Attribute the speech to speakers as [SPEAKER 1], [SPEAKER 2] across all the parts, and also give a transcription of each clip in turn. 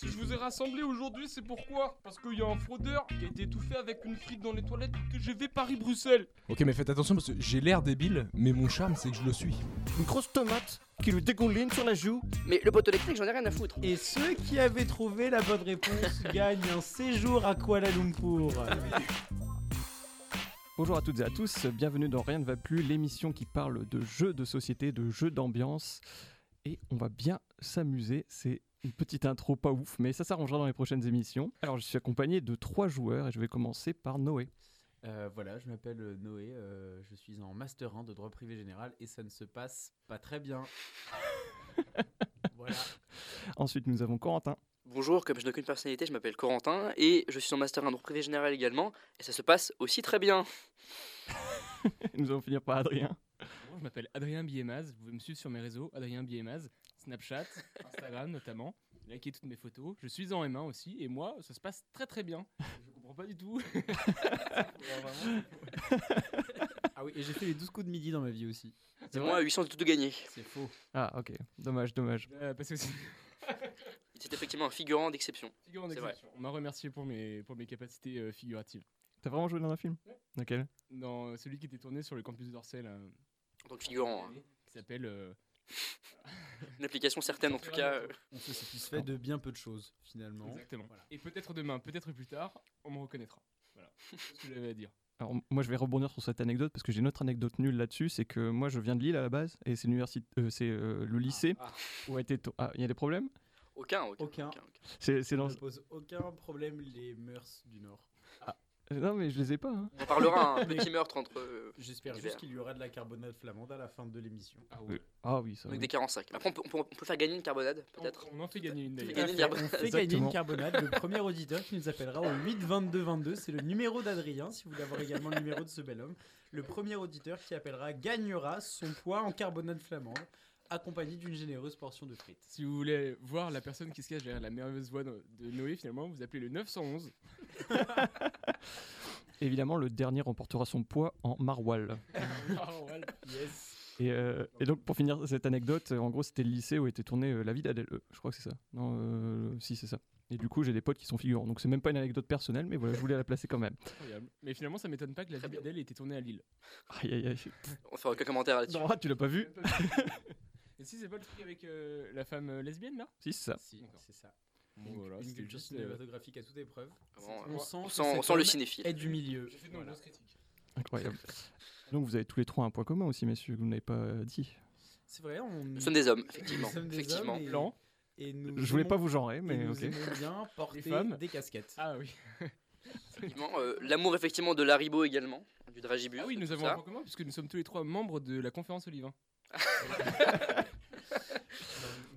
[SPEAKER 1] Si je vous ai rassemblé aujourd'hui, c'est pourquoi Parce qu'il y a un fraudeur qui a été étouffé avec une frite dans les toilettes du TGV Paris-Bruxelles.
[SPEAKER 2] Ok, mais faites attention parce que j'ai l'air débile, mais mon charme c'est que je le suis.
[SPEAKER 3] Une grosse tomate qui lui dégouline sur la joue.
[SPEAKER 4] Mais le poteau électrique, j'en ai rien à foutre.
[SPEAKER 5] Et ceux qui avaient trouvé la bonne réponse gagnent un séjour à Kuala Lumpur.
[SPEAKER 6] Bonjour à toutes et à tous, bienvenue dans Rien ne va plus, l'émission qui parle de jeux de société, de jeux d'ambiance. Et on va bien s'amuser, c'est une petite intro pas ouf, mais ça s'arrangera dans les prochaines émissions. Alors je suis accompagné de trois joueurs et je vais commencer par Noé.
[SPEAKER 7] Euh, voilà, je m'appelle euh, Noé, euh, je suis en master 1 de droit privé général et ça ne se passe pas très bien. voilà.
[SPEAKER 6] Ensuite nous avons Corentin.
[SPEAKER 4] Bonjour, comme je n'ai aucune personnalité, je m'appelle Corentin et je suis en master 1 droit privé général également. Et ça se passe aussi très bien.
[SPEAKER 6] nous allons finir par Adrien.
[SPEAKER 8] Bonjour, je m'appelle Adrien Biémaz, vous pouvez me suivre sur mes réseaux, Adrien Biémaz, Snapchat, Instagram notamment. Likez toutes mes photos. Je suis en M1 aussi et moi, ça se passe très très bien. Je comprends pas du tout.
[SPEAKER 7] Ah oui, et j'ai fait les 12 coups de midi dans ma vie aussi.
[SPEAKER 4] C'est moi à 800 de tout gagner.
[SPEAKER 7] C'est faux.
[SPEAKER 6] Ah ok, dommage, dommage.
[SPEAKER 8] Euh, parce que c'est
[SPEAKER 4] C'est effectivement un figurant d'exception.
[SPEAKER 8] figurant
[SPEAKER 4] C'est vrai.
[SPEAKER 8] d'exception. On m'a remercié pour mes, pour mes capacités euh, figuratives.
[SPEAKER 6] T'as vraiment joué dans un film Lequel
[SPEAKER 8] Dans euh, celui qui était tourné sur le campus d'Orsay, là,
[SPEAKER 4] En tant que figurant, hein.
[SPEAKER 8] qui s'appelle. euh,
[SPEAKER 4] une application certaine en tout cas. euh,
[SPEAKER 7] On se satisfait de bien peu de choses finalement.
[SPEAKER 8] Exactement.
[SPEAKER 7] Voilà.
[SPEAKER 8] Et peut-être demain, peut-être plus tard, on me reconnaîtra. Voilà. C'est ce que j'avais à dire.
[SPEAKER 6] Alors m- moi je vais rebondir sur cette anecdote parce que j'ai une autre anecdote nulle là-dessus, c'est que moi je viens de Lille à la base et c'est l'université, euh, c'est euh, le lycée
[SPEAKER 7] Ah,
[SPEAKER 6] où a été. to- Ah il y a des problèmes
[SPEAKER 4] Aucun, aucun.
[SPEAKER 7] Aucun.
[SPEAKER 4] aucun, aucun.
[SPEAKER 6] C'est c'est
[SPEAKER 7] Ça
[SPEAKER 6] dans.
[SPEAKER 7] ne pose aucun problème les mœurs du Nord.
[SPEAKER 6] Non mais je les ai pas. hein.
[SPEAKER 4] On en parlera, un petit meurtre entre. euh,
[SPEAKER 7] J'espère
[SPEAKER 4] Divers.
[SPEAKER 7] juste qu'il y aura de la carbonade flamande à la fin de l'émission.
[SPEAKER 8] Ah
[SPEAKER 6] ouais. Ah oui ça.
[SPEAKER 4] avec
[SPEAKER 6] oui.
[SPEAKER 4] des 45. Après, on peut, on peut- on peut faire gagner une carbonade, peut-être.
[SPEAKER 8] On, on en fait gagner une
[SPEAKER 4] fait
[SPEAKER 8] d'ailleurs.
[SPEAKER 4] gagner une carbonade.
[SPEAKER 7] On fait gagner
[SPEAKER 6] Exactement.
[SPEAKER 7] une carbonade. Le premier auditeur qui nous appellera au 8 22 22, c'est le numéro d'Adrien, si vous voulez avoir également le numéro de ce bel homme. Le premier auditeur qui appellera gagnera son poids en carbonade flamande, accompagné d'une généreuse portion de frites.
[SPEAKER 8] Si vous voulez voir la personne qui se cache derrière la merveilleuse voix de de Noé, finalement, vous appelez le 911.
[SPEAKER 6] Évidemment le dernier remportera son poids en maroilles.
[SPEAKER 7] Yes.
[SPEAKER 6] Et, euh, et donc pour finir cette anecdote, euh, en gros c'était le lycée où était tournée euh, La vie d'Adèle. Euh, je crois que c'est ça. Non, euh, si c'est ça. Et du coup j'ai des potes qui sont figurants. Donc c'est même pas une anecdote personnelle, mais voilà, je voulais la placer quand même.
[SPEAKER 8] Incroyable. Mais finalement, ça m'étonne pas que la
[SPEAKER 4] Très
[SPEAKER 8] vie
[SPEAKER 4] bien.
[SPEAKER 8] d'Adèle ait été tournée à Lille.
[SPEAKER 6] Aïe aïe aïe.
[SPEAKER 4] On fera aucun commentaire là-dessus.
[SPEAKER 6] Non, ah, tu l'as pas vu
[SPEAKER 8] Et si c'est pas le truc avec euh, la femme euh, lesbienne là
[SPEAKER 6] Si c'est ça.
[SPEAKER 7] Si, c'est ça.
[SPEAKER 8] Bon,
[SPEAKER 7] Une-
[SPEAKER 8] voilà,
[SPEAKER 7] une
[SPEAKER 8] c'était
[SPEAKER 7] culture
[SPEAKER 8] juste, euh,
[SPEAKER 7] cinématographique à toute épreuve.
[SPEAKER 4] Vraiment,
[SPEAKER 7] On
[SPEAKER 4] euh,
[SPEAKER 7] sent,
[SPEAKER 4] on
[SPEAKER 7] que
[SPEAKER 4] sent, on
[SPEAKER 7] cet
[SPEAKER 4] sent le
[SPEAKER 7] homme
[SPEAKER 4] cinéphile.
[SPEAKER 7] est du milieu.
[SPEAKER 8] J'ai fait de
[SPEAKER 7] Voilà.
[SPEAKER 8] nombreuses critiques.
[SPEAKER 6] Incroyable. Donc vous avez tous les trois un point commun aussi, messieurs, que vous n'avez pas euh, dit.
[SPEAKER 7] C'est vrai, on.
[SPEAKER 4] Nous sommes des hommes, effectivement.
[SPEAKER 7] Nous sommes des
[SPEAKER 4] effectivement.
[SPEAKER 7] hommes et-
[SPEAKER 8] Blanc.
[SPEAKER 7] et nous
[SPEAKER 6] Je voulais
[SPEAKER 7] aimons-
[SPEAKER 6] pas vous genrer,
[SPEAKER 7] et
[SPEAKER 6] mais
[SPEAKER 7] nous
[SPEAKER 6] ok.
[SPEAKER 7] aimons bien porter
[SPEAKER 8] femmes.
[SPEAKER 7] des casquettes.
[SPEAKER 8] Ah oui.
[SPEAKER 4] Effectivement, euh, L'amour, effectivement, de l'Aribo également, du Dragibus.
[SPEAKER 8] Ah oui,
[SPEAKER 4] de
[SPEAKER 8] nous
[SPEAKER 4] tout
[SPEAKER 8] avons
[SPEAKER 4] ça.
[SPEAKER 8] un point commun puisque nous sommes tous les trois membres de la conférence Olivain.
[SPEAKER 7] Alors,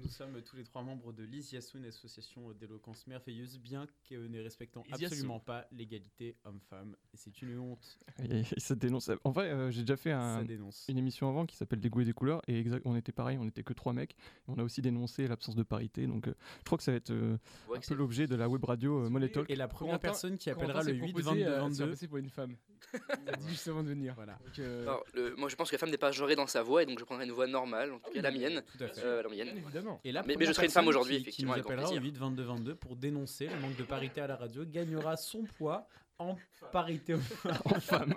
[SPEAKER 7] Nous sommes tous les trois membres de l'ISIASO, une association d'éloquence merveilleuse, bien que ne respectant
[SPEAKER 8] Isiasu.
[SPEAKER 7] absolument pas l'égalité homme-femme. Et c'est une honte,
[SPEAKER 6] Aïe, aïe, aïe, ça dénonce. En vrai, euh, j'ai déjà fait
[SPEAKER 7] ça
[SPEAKER 6] un-
[SPEAKER 7] dénonce.
[SPEAKER 6] une émission avant qui s'appelle Des goûts et des couleurs, et exact, on était pareil, on était que trois mecs. On a aussi dénoncé l'absence de parité, donc euh, je crois que ça va être euh,
[SPEAKER 4] On voit
[SPEAKER 6] un
[SPEAKER 4] que c'est-
[SPEAKER 6] peu l'objet de la web radio euh, Money Talk.
[SPEAKER 7] Et la première
[SPEAKER 8] Corentin-
[SPEAKER 7] personne qui appellera
[SPEAKER 8] Corentin
[SPEAKER 7] le
[SPEAKER 8] s'est
[SPEAKER 7] 8 22
[SPEAKER 8] proposé, euh, de se faire
[SPEAKER 7] 22.
[SPEAKER 8] passer pour une femme. Il a dit juste avant de venir.
[SPEAKER 7] Voilà.
[SPEAKER 8] Donc, euh,
[SPEAKER 4] Alors, le- moi, je pense que la femme n'est pas genrée dans sa voix, et donc je prendrai une voix normale, en tout
[SPEAKER 8] Ah
[SPEAKER 4] cas
[SPEAKER 8] oui,
[SPEAKER 4] la mienne.
[SPEAKER 7] Tout à fait.
[SPEAKER 4] Euh, la
[SPEAKER 8] bien
[SPEAKER 4] mienne.
[SPEAKER 8] évidemment.
[SPEAKER 7] Et la
[SPEAKER 4] mais- mais
[SPEAKER 7] première
[SPEAKER 4] je serai une
[SPEAKER 7] personne
[SPEAKER 4] femme aujourd'hui,
[SPEAKER 7] qui-
[SPEAKER 4] effectivement,
[SPEAKER 7] Qui
[SPEAKER 4] avec
[SPEAKER 7] nous
[SPEAKER 4] grand
[SPEAKER 7] appellera au
[SPEAKER 4] plaisir.
[SPEAKER 7] 8 22 22 pour dénoncer le manque de parité à la radio gagnera son poids en parité.
[SPEAKER 6] en femme.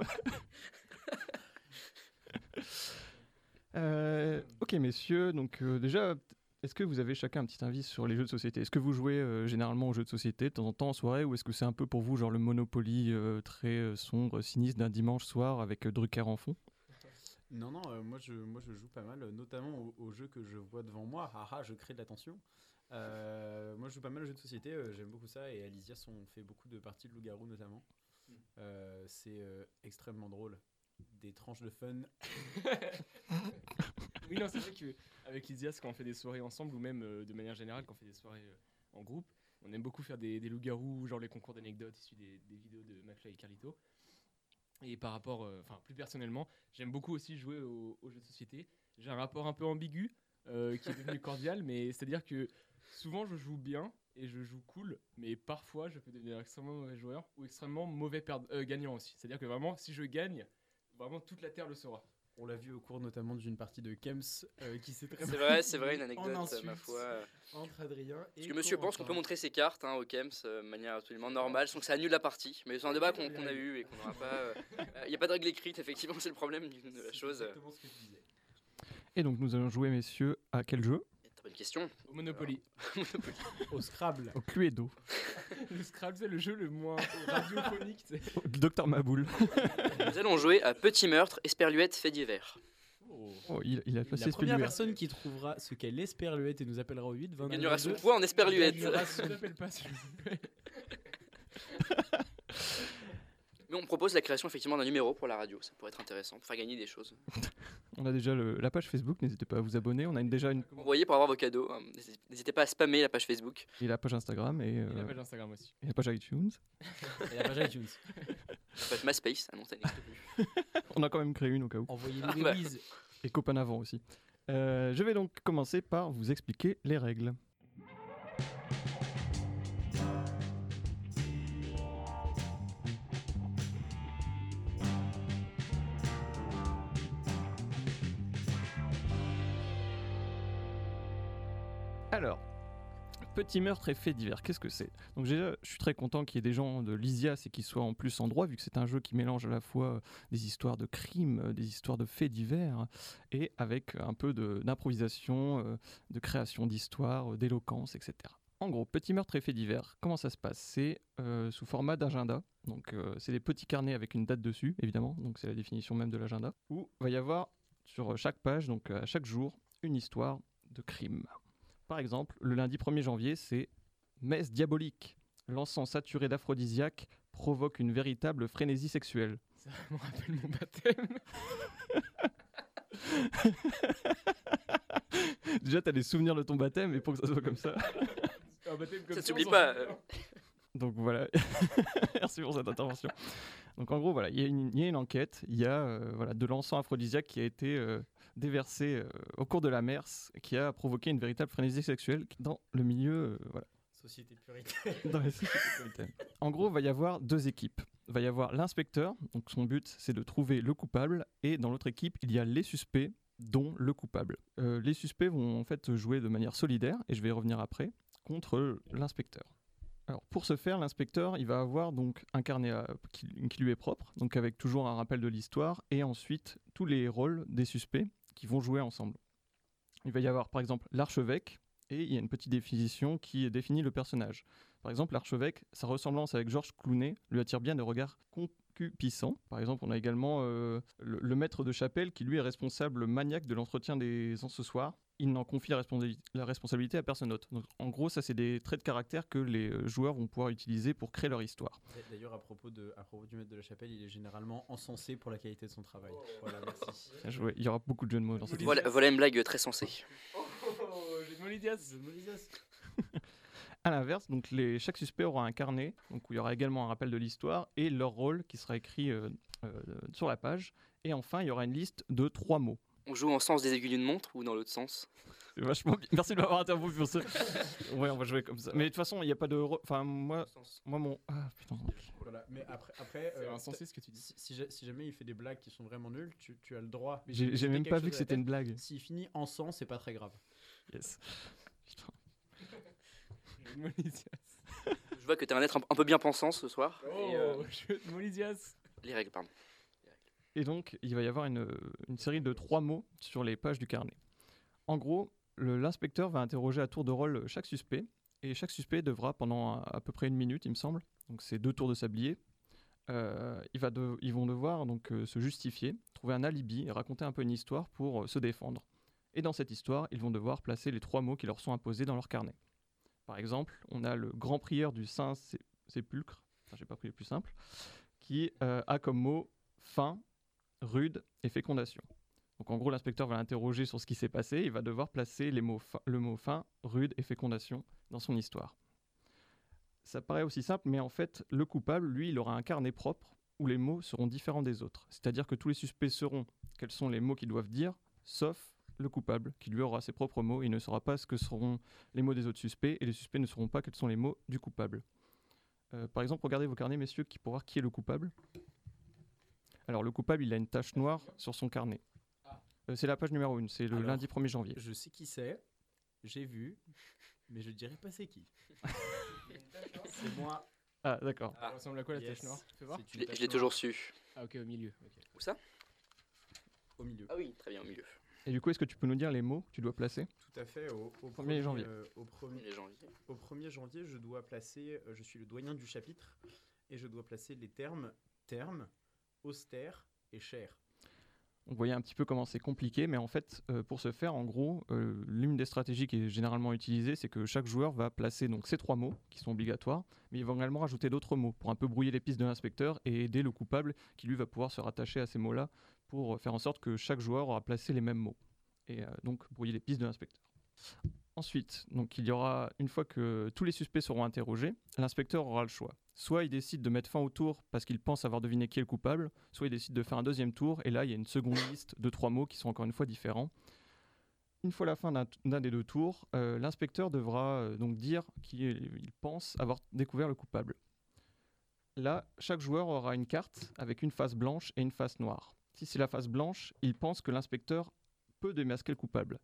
[SPEAKER 6] Euh, ok, messieurs, donc euh, déjà, est-ce que vous avez chacun un petit avis sur les jeux de société Est-ce que vous jouez euh, généralement aux jeux de société de temps en temps en soirée ou est-ce que c'est un peu pour vous genre le Monopoly euh, très euh, sombre, sinistre d'un dimanche soir avec euh, Drucker en fond
[SPEAKER 7] Non, non, euh, moi, je, moi je joue pas mal, euh, notamment aux au jeux que je vois devant moi. Haha, je crée de l'attention. Euh, moi je joue pas mal aux jeux de société, euh, j'aime beaucoup ça. Et à Lysias, on fait beaucoup de parties de loup-garou notamment.
[SPEAKER 8] Hmm.
[SPEAKER 7] Euh, c'est euh, extrêmement drôle. Des tranches de fun.
[SPEAKER 8] Oui, non, c'est vrai qu'avec Lysias, quand on fait des soirées ensemble, ou même euh, de manière générale, quand on fait des soirées euh, en groupe, on aime beaucoup faire des, des loups-garous, genre les concours d'anecdotes issus des, des vidéos de McFly et Carlito. Et par rapport, euh, enfin, plus personnellement, j'aime beaucoup aussi jouer au- aux jeux de société. J'ai un rapport un peu ambigu euh, qui est devenu cordial, mais c'est-à-dire que souvent je joue bien et je joue cool, mais parfois je peux devenir extrêmement mauvais joueur ou extrêmement mauvais perd- euh, gagnant aussi. C'est-à-dire que vraiment, si je gagne, vraiment toute la Terre le saura.
[SPEAKER 7] On l'a vu au cours notamment d'une partie de Kems euh, qui s'est très
[SPEAKER 4] C'est
[SPEAKER 7] mal
[SPEAKER 4] vrai, c'est vrai, une
[SPEAKER 7] finie en
[SPEAKER 4] anecdote, euh, ma
[SPEAKER 7] insultes
[SPEAKER 4] foi. euh,
[SPEAKER 7] Entre Adrien et.
[SPEAKER 4] Parce que monsieur pense qu'on peut
[SPEAKER 7] Corentin.
[SPEAKER 4] montrer ses cartes hein, au Kems euh, de manière absolument normale, sans que ça annule la partie. Mais c'est un débat qu'on qu'on a eu et qu'on n'aura pas. euh, Il n'y a pas de règle écrite, effectivement, c'est le problème du- de la
[SPEAKER 7] C'est
[SPEAKER 4] chose.
[SPEAKER 7] exactement ce que je disais.
[SPEAKER 6] Et donc nous allons jouer, messieurs, à quel jeu
[SPEAKER 4] Très bonne question.
[SPEAKER 8] Au Monopoly.
[SPEAKER 7] Au Scrabble.
[SPEAKER 6] Au Cluedo.
[SPEAKER 8] Le Scrabble, c'est le jeu Ah, le moins radiophonique. tu sais.
[SPEAKER 6] Au Docteur Maboul.
[SPEAKER 4] Nous allons jouer à Petit Meurtre, Esperluette, Fait divers.
[SPEAKER 6] Oh, il, il a
[SPEAKER 7] La
[SPEAKER 6] placé
[SPEAKER 7] première
[SPEAKER 6] Spéduleur.
[SPEAKER 7] personne qui trouvera ce qu'elle esperluette et nous appellera au 8, 20
[SPEAKER 4] Gagnera son poids en Esperluette.
[SPEAKER 7] Gagnera
[SPEAKER 8] Je t'appelle pas, s'il vous plaît.
[SPEAKER 4] Mais on propose la création effectivement d'un numéro pour la radio, ça pourrait être intéressant, pour faire gagner des choses.
[SPEAKER 6] On a déjà le- la page Facebook, n'hésitez pas à vous abonner. On a une- déjà une,
[SPEAKER 4] Envoyez pour avoir vos cadeaux. hein. N'hésitez- N'hésitez pas à spammer la page Facebook.
[SPEAKER 6] et la page Instagram et,
[SPEAKER 8] Il a
[SPEAKER 6] euh,
[SPEAKER 8] pas d'Instagram aussi.
[SPEAKER 6] et la page iTunes.
[SPEAKER 7] Et la page iTunes.
[SPEAKER 4] La page MySpace, ah non, ça n'existe plus.
[SPEAKER 6] On a quand même créé une au cas où.
[SPEAKER 7] Envoyez-nous
[SPEAKER 4] Ah
[SPEAKER 7] des
[SPEAKER 4] bah.
[SPEAKER 7] bises.
[SPEAKER 6] Et Copenhagen aussi. Euh, je vais donc commencer par vous expliquer les règles. Alors, petit meurtre et fait divers, qu'est-ce que c'est Donc déjà, je suis très content qu'il y ait des gens de l'ISIAS et qu'ils soient en plus en droit, vu que c'est un jeu qui mélange à la fois des histoires de crimes, euh, des histoires de faits divers, et avec un peu de- d'improvisation, euh, de création d'histoires, euh, d'éloquence, etc. En gros, petit meurtre et faits divers, comment ça se passe C'est euh, sous format d'agenda, donc euh, c'est des petits carnets avec une date dessus, évidemment, donc c'est la définition même de l'agenda, où va y avoir sur chaque page, donc à chaque jour, une histoire de crime. Par exemple, le lundi 1er janvier, c'est Messe diabolique. L'encens saturé d'aphrodisiaque provoque une véritable frénésie sexuelle.
[SPEAKER 8] Ça me rappelle mon baptême.
[SPEAKER 6] Déjà, t'as des souvenirs de ton baptême, mais pour que ça soit comme ça.
[SPEAKER 8] Un baptême comme
[SPEAKER 4] Ça
[SPEAKER 8] ça.
[SPEAKER 4] ne s'oublie
[SPEAKER 8] on s'en
[SPEAKER 4] pas.
[SPEAKER 8] fout.
[SPEAKER 4] euh,
[SPEAKER 6] Donc voilà. Merci pour cette intervention. Donc en gros, voilà, il y, a une- il y a une enquête. Il y a euh, voilà, de l'encens aphrodisiaque qui a été euh, déversé euh, au cours de la MERS, qui a provoqué une véritable frénésie sexuelle dans le milieu. euh, voilà.
[SPEAKER 7] Société puritaine.
[SPEAKER 6] dans la société puritaine. En gros, il va y avoir deux équipes. Il va y avoir l'inspecteur, donc son but c'est de trouver le coupable, et dans l'autre équipe, il y a les suspects, dont le coupable. Euh, les suspects vont en fait jouer de manière solidaire, et je vais y revenir après, contre l'inspecteur. Alors pour ce faire, l'inspecteur, il va avoir donc un carnet à- qui, qui lui est propre, donc avec toujours un rappel de l'histoire, et ensuite tous les rôles des suspects qui vont jouer ensemble. Il va y avoir par exemple l'archevêque, et il y a une petite définition qui définit le personnage. Par exemple, l'archevêque, sa ressemblance avec Georges Clounet lui attire bien des regards concupiscents. Par exemple, on a également euh, le, le maître de chapelle qui, lui, est responsable maniaque de l'entretien des encensoirs. Il n'en confie la, responsa- la responsabilité à personne d'autre. Donc, en gros, ça, c'est des traits de caractère que les euh, joueurs vont pouvoir utiliser pour créer leur histoire.
[SPEAKER 7] D'a- D'ailleurs, à propos, de, à propos du maître de la chapelle, il est généralement encensé pour la qualité de son travail.
[SPEAKER 8] Oh.
[SPEAKER 7] Voilà, merci.
[SPEAKER 6] Bien joué. Il y aura beaucoup de jeux de mots dans cette
[SPEAKER 4] Voilà, voilà une blague très sensée.
[SPEAKER 8] Oh, j'ai de Molidias, j'ai de Molidias.
[SPEAKER 6] À l'inverse, donc les- chaque suspect aura un carnet, donc où il y aura également un rappel de l'histoire et leur rôle qui sera écrit euh, euh, sur la page. Et enfin, il y aura une liste de trois mots.
[SPEAKER 4] On joue en sens des aiguilles d'une montre ou dans l'autre sens
[SPEAKER 6] C'est vachement bien. Merci de m'avoir interrompu pour ça. Ouais, on va jouer comme ça. Mais de toute façon, il n'y a pas de. re- Enfin, moi, moi mon. Ah putain.
[SPEAKER 7] Voilà. Mais après, après
[SPEAKER 8] C'est
[SPEAKER 7] euh,
[SPEAKER 8] insensé ce que tu dis.
[SPEAKER 7] si, si ja- si jamais il fait des blagues qui sont vraiment nulles, tu, tu as le droit. de
[SPEAKER 6] J'ai
[SPEAKER 7] lui
[SPEAKER 6] j'ai
[SPEAKER 7] jeter
[SPEAKER 6] même
[SPEAKER 7] quelque
[SPEAKER 6] pas
[SPEAKER 7] chose
[SPEAKER 6] vu que
[SPEAKER 7] à la
[SPEAKER 6] c'était
[SPEAKER 7] tête.
[SPEAKER 6] une blague.
[SPEAKER 7] S'il finit en sang, c'est pas très grave.
[SPEAKER 6] Yes. Putain.
[SPEAKER 8] J'ai de Molidias.
[SPEAKER 4] Je vois que t'es un être un, un peu bien pensant ce soir. Et, euh,
[SPEAKER 8] Oh, j'ai de Molidias.
[SPEAKER 4] les règles, pardon.
[SPEAKER 6] Et donc, il va y avoir une, euh, une série de trois mots sur les pages du carnet. En gros, le- l'inspecteur va interroger à tour de rôle euh, chaque suspect, et chaque suspect devra, pendant à, à peu près une minute, il me semble, donc c'est deux tours de sablier, euh, il va de- ils vont devoir donc euh, se justifier, trouver un alibi et raconter un peu une histoire pour euh, se défendre. Et dans cette histoire, ils vont devoir placer les trois mots qui leur sont imposés dans leur carnet. Par exemple, on a le grand prieur du Saint-Sépulcre, enfin, j'ai pas pris le plus simple, qui euh, a comme mot fin, rude et fécondation. Donc en gros, l'inspecteur va l'interroger sur ce qui s'est passé, il va devoir placer les mots fin- le mot fin, rude et fécondation dans son histoire. Ça paraît aussi simple, mais en fait, le coupable, lui, il aura un carnet propre où les mots seront différents des autres. C'est-à-dire que tous les suspects sauront quels sont les mots qu'ils doivent dire, sauf le coupable, qui lui aura ses propres mots, il ne saura pas ce que seront les mots des autres suspects, et les suspects ne sauront pas quels sont les mots du coupable. Euh, par exemple, regardez vos carnets, messieurs, qui- pour voir qui est le coupable. Alors le coupable, il a une tache noire sur son carnet. Euh, c'est la page numéro 1, c'est le
[SPEAKER 7] Alors.
[SPEAKER 6] lundi 1er janvier.
[SPEAKER 7] Je sais qui c'est, j'ai vu, mais je dirais pas c'est qui. c'est moi.
[SPEAKER 6] Ah, d'accord.
[SPEAKER 4] Ah.
[SPEAKER 8] Ça ressemble à quoi la
[SPEAKER 7] Yes.
[SPEAKER 8] tache noire Fais voir.
[SPEAKER 7] C'est
[SPEAKER 4] Je
[SPEAKER 7] une
[SPEAKER 4] l'ai-
[SPEAKER 7] tache
[SPEAKER 4] je l'ai
[SPEAKER 7] noire
[SPEAKER 4] toujours su.
[SPEAKER 8] Ah, ok, au milieu. ok.
[SPEAKER 7] Au milieu.
[SPEAKER 4] Ah oui, très bien, au milieu.
[SPEAKER 6] Et du coup, est-ce que tu peux nous dire les mots que tu dois placer
[SPEAKER 7] Tout à fait. Au, au
[SPEAKER 6] 1er janvier.
[SPEAKER 7] euh, au, premier-
[SPEAKER 4] Les janvier.
[SPEAKER 7] au 1er janvier, je dois placer. euh, je suis le doyen du chapitre et je dois placer les termes terme, austère et cher.
[SPEAKER 6] On voyait un petit peu comment c'est compliqué, mais en fait, euh, pour ce faire, en gros, euh, l'une des stratégies qui est généralement utilisée, c'est que chaque joueur va placer donc ces trois mots qui sont obligatoires, mais ils vont également rajouter d'autres mots pour un peu brouiller les pistes de l'inspecteur et aider le coupable qui lui va pouvoir se rattacher à ces mots-là pour euh, faire en sorte que chaque joueur aura placé les mêmes mots et euh, donc brouiller les pistes de l'inspecteur. Ensuite, donc il y aura une fois que tous les suspects seront interrogés, l'inspecteur aura le choix. Soit il décide de mettre fin au tour parce qu'il pense avoir deviné qui est le coupable, soit il décide de faire un deuxième tour, et là, il y a une seconde liste de trois mots qui sont encore une fois différents. Une fois la fin d'un d'un des deux tours, euh, l'inspecteur devra euh, donc dire qu'il il pense avoir découvert le coupable. Là, chaque joueur aura une carte avec une face blanche et une face noire. Si c'est la face blanche, il pense que l'inspecteur peut démasquer le coupable.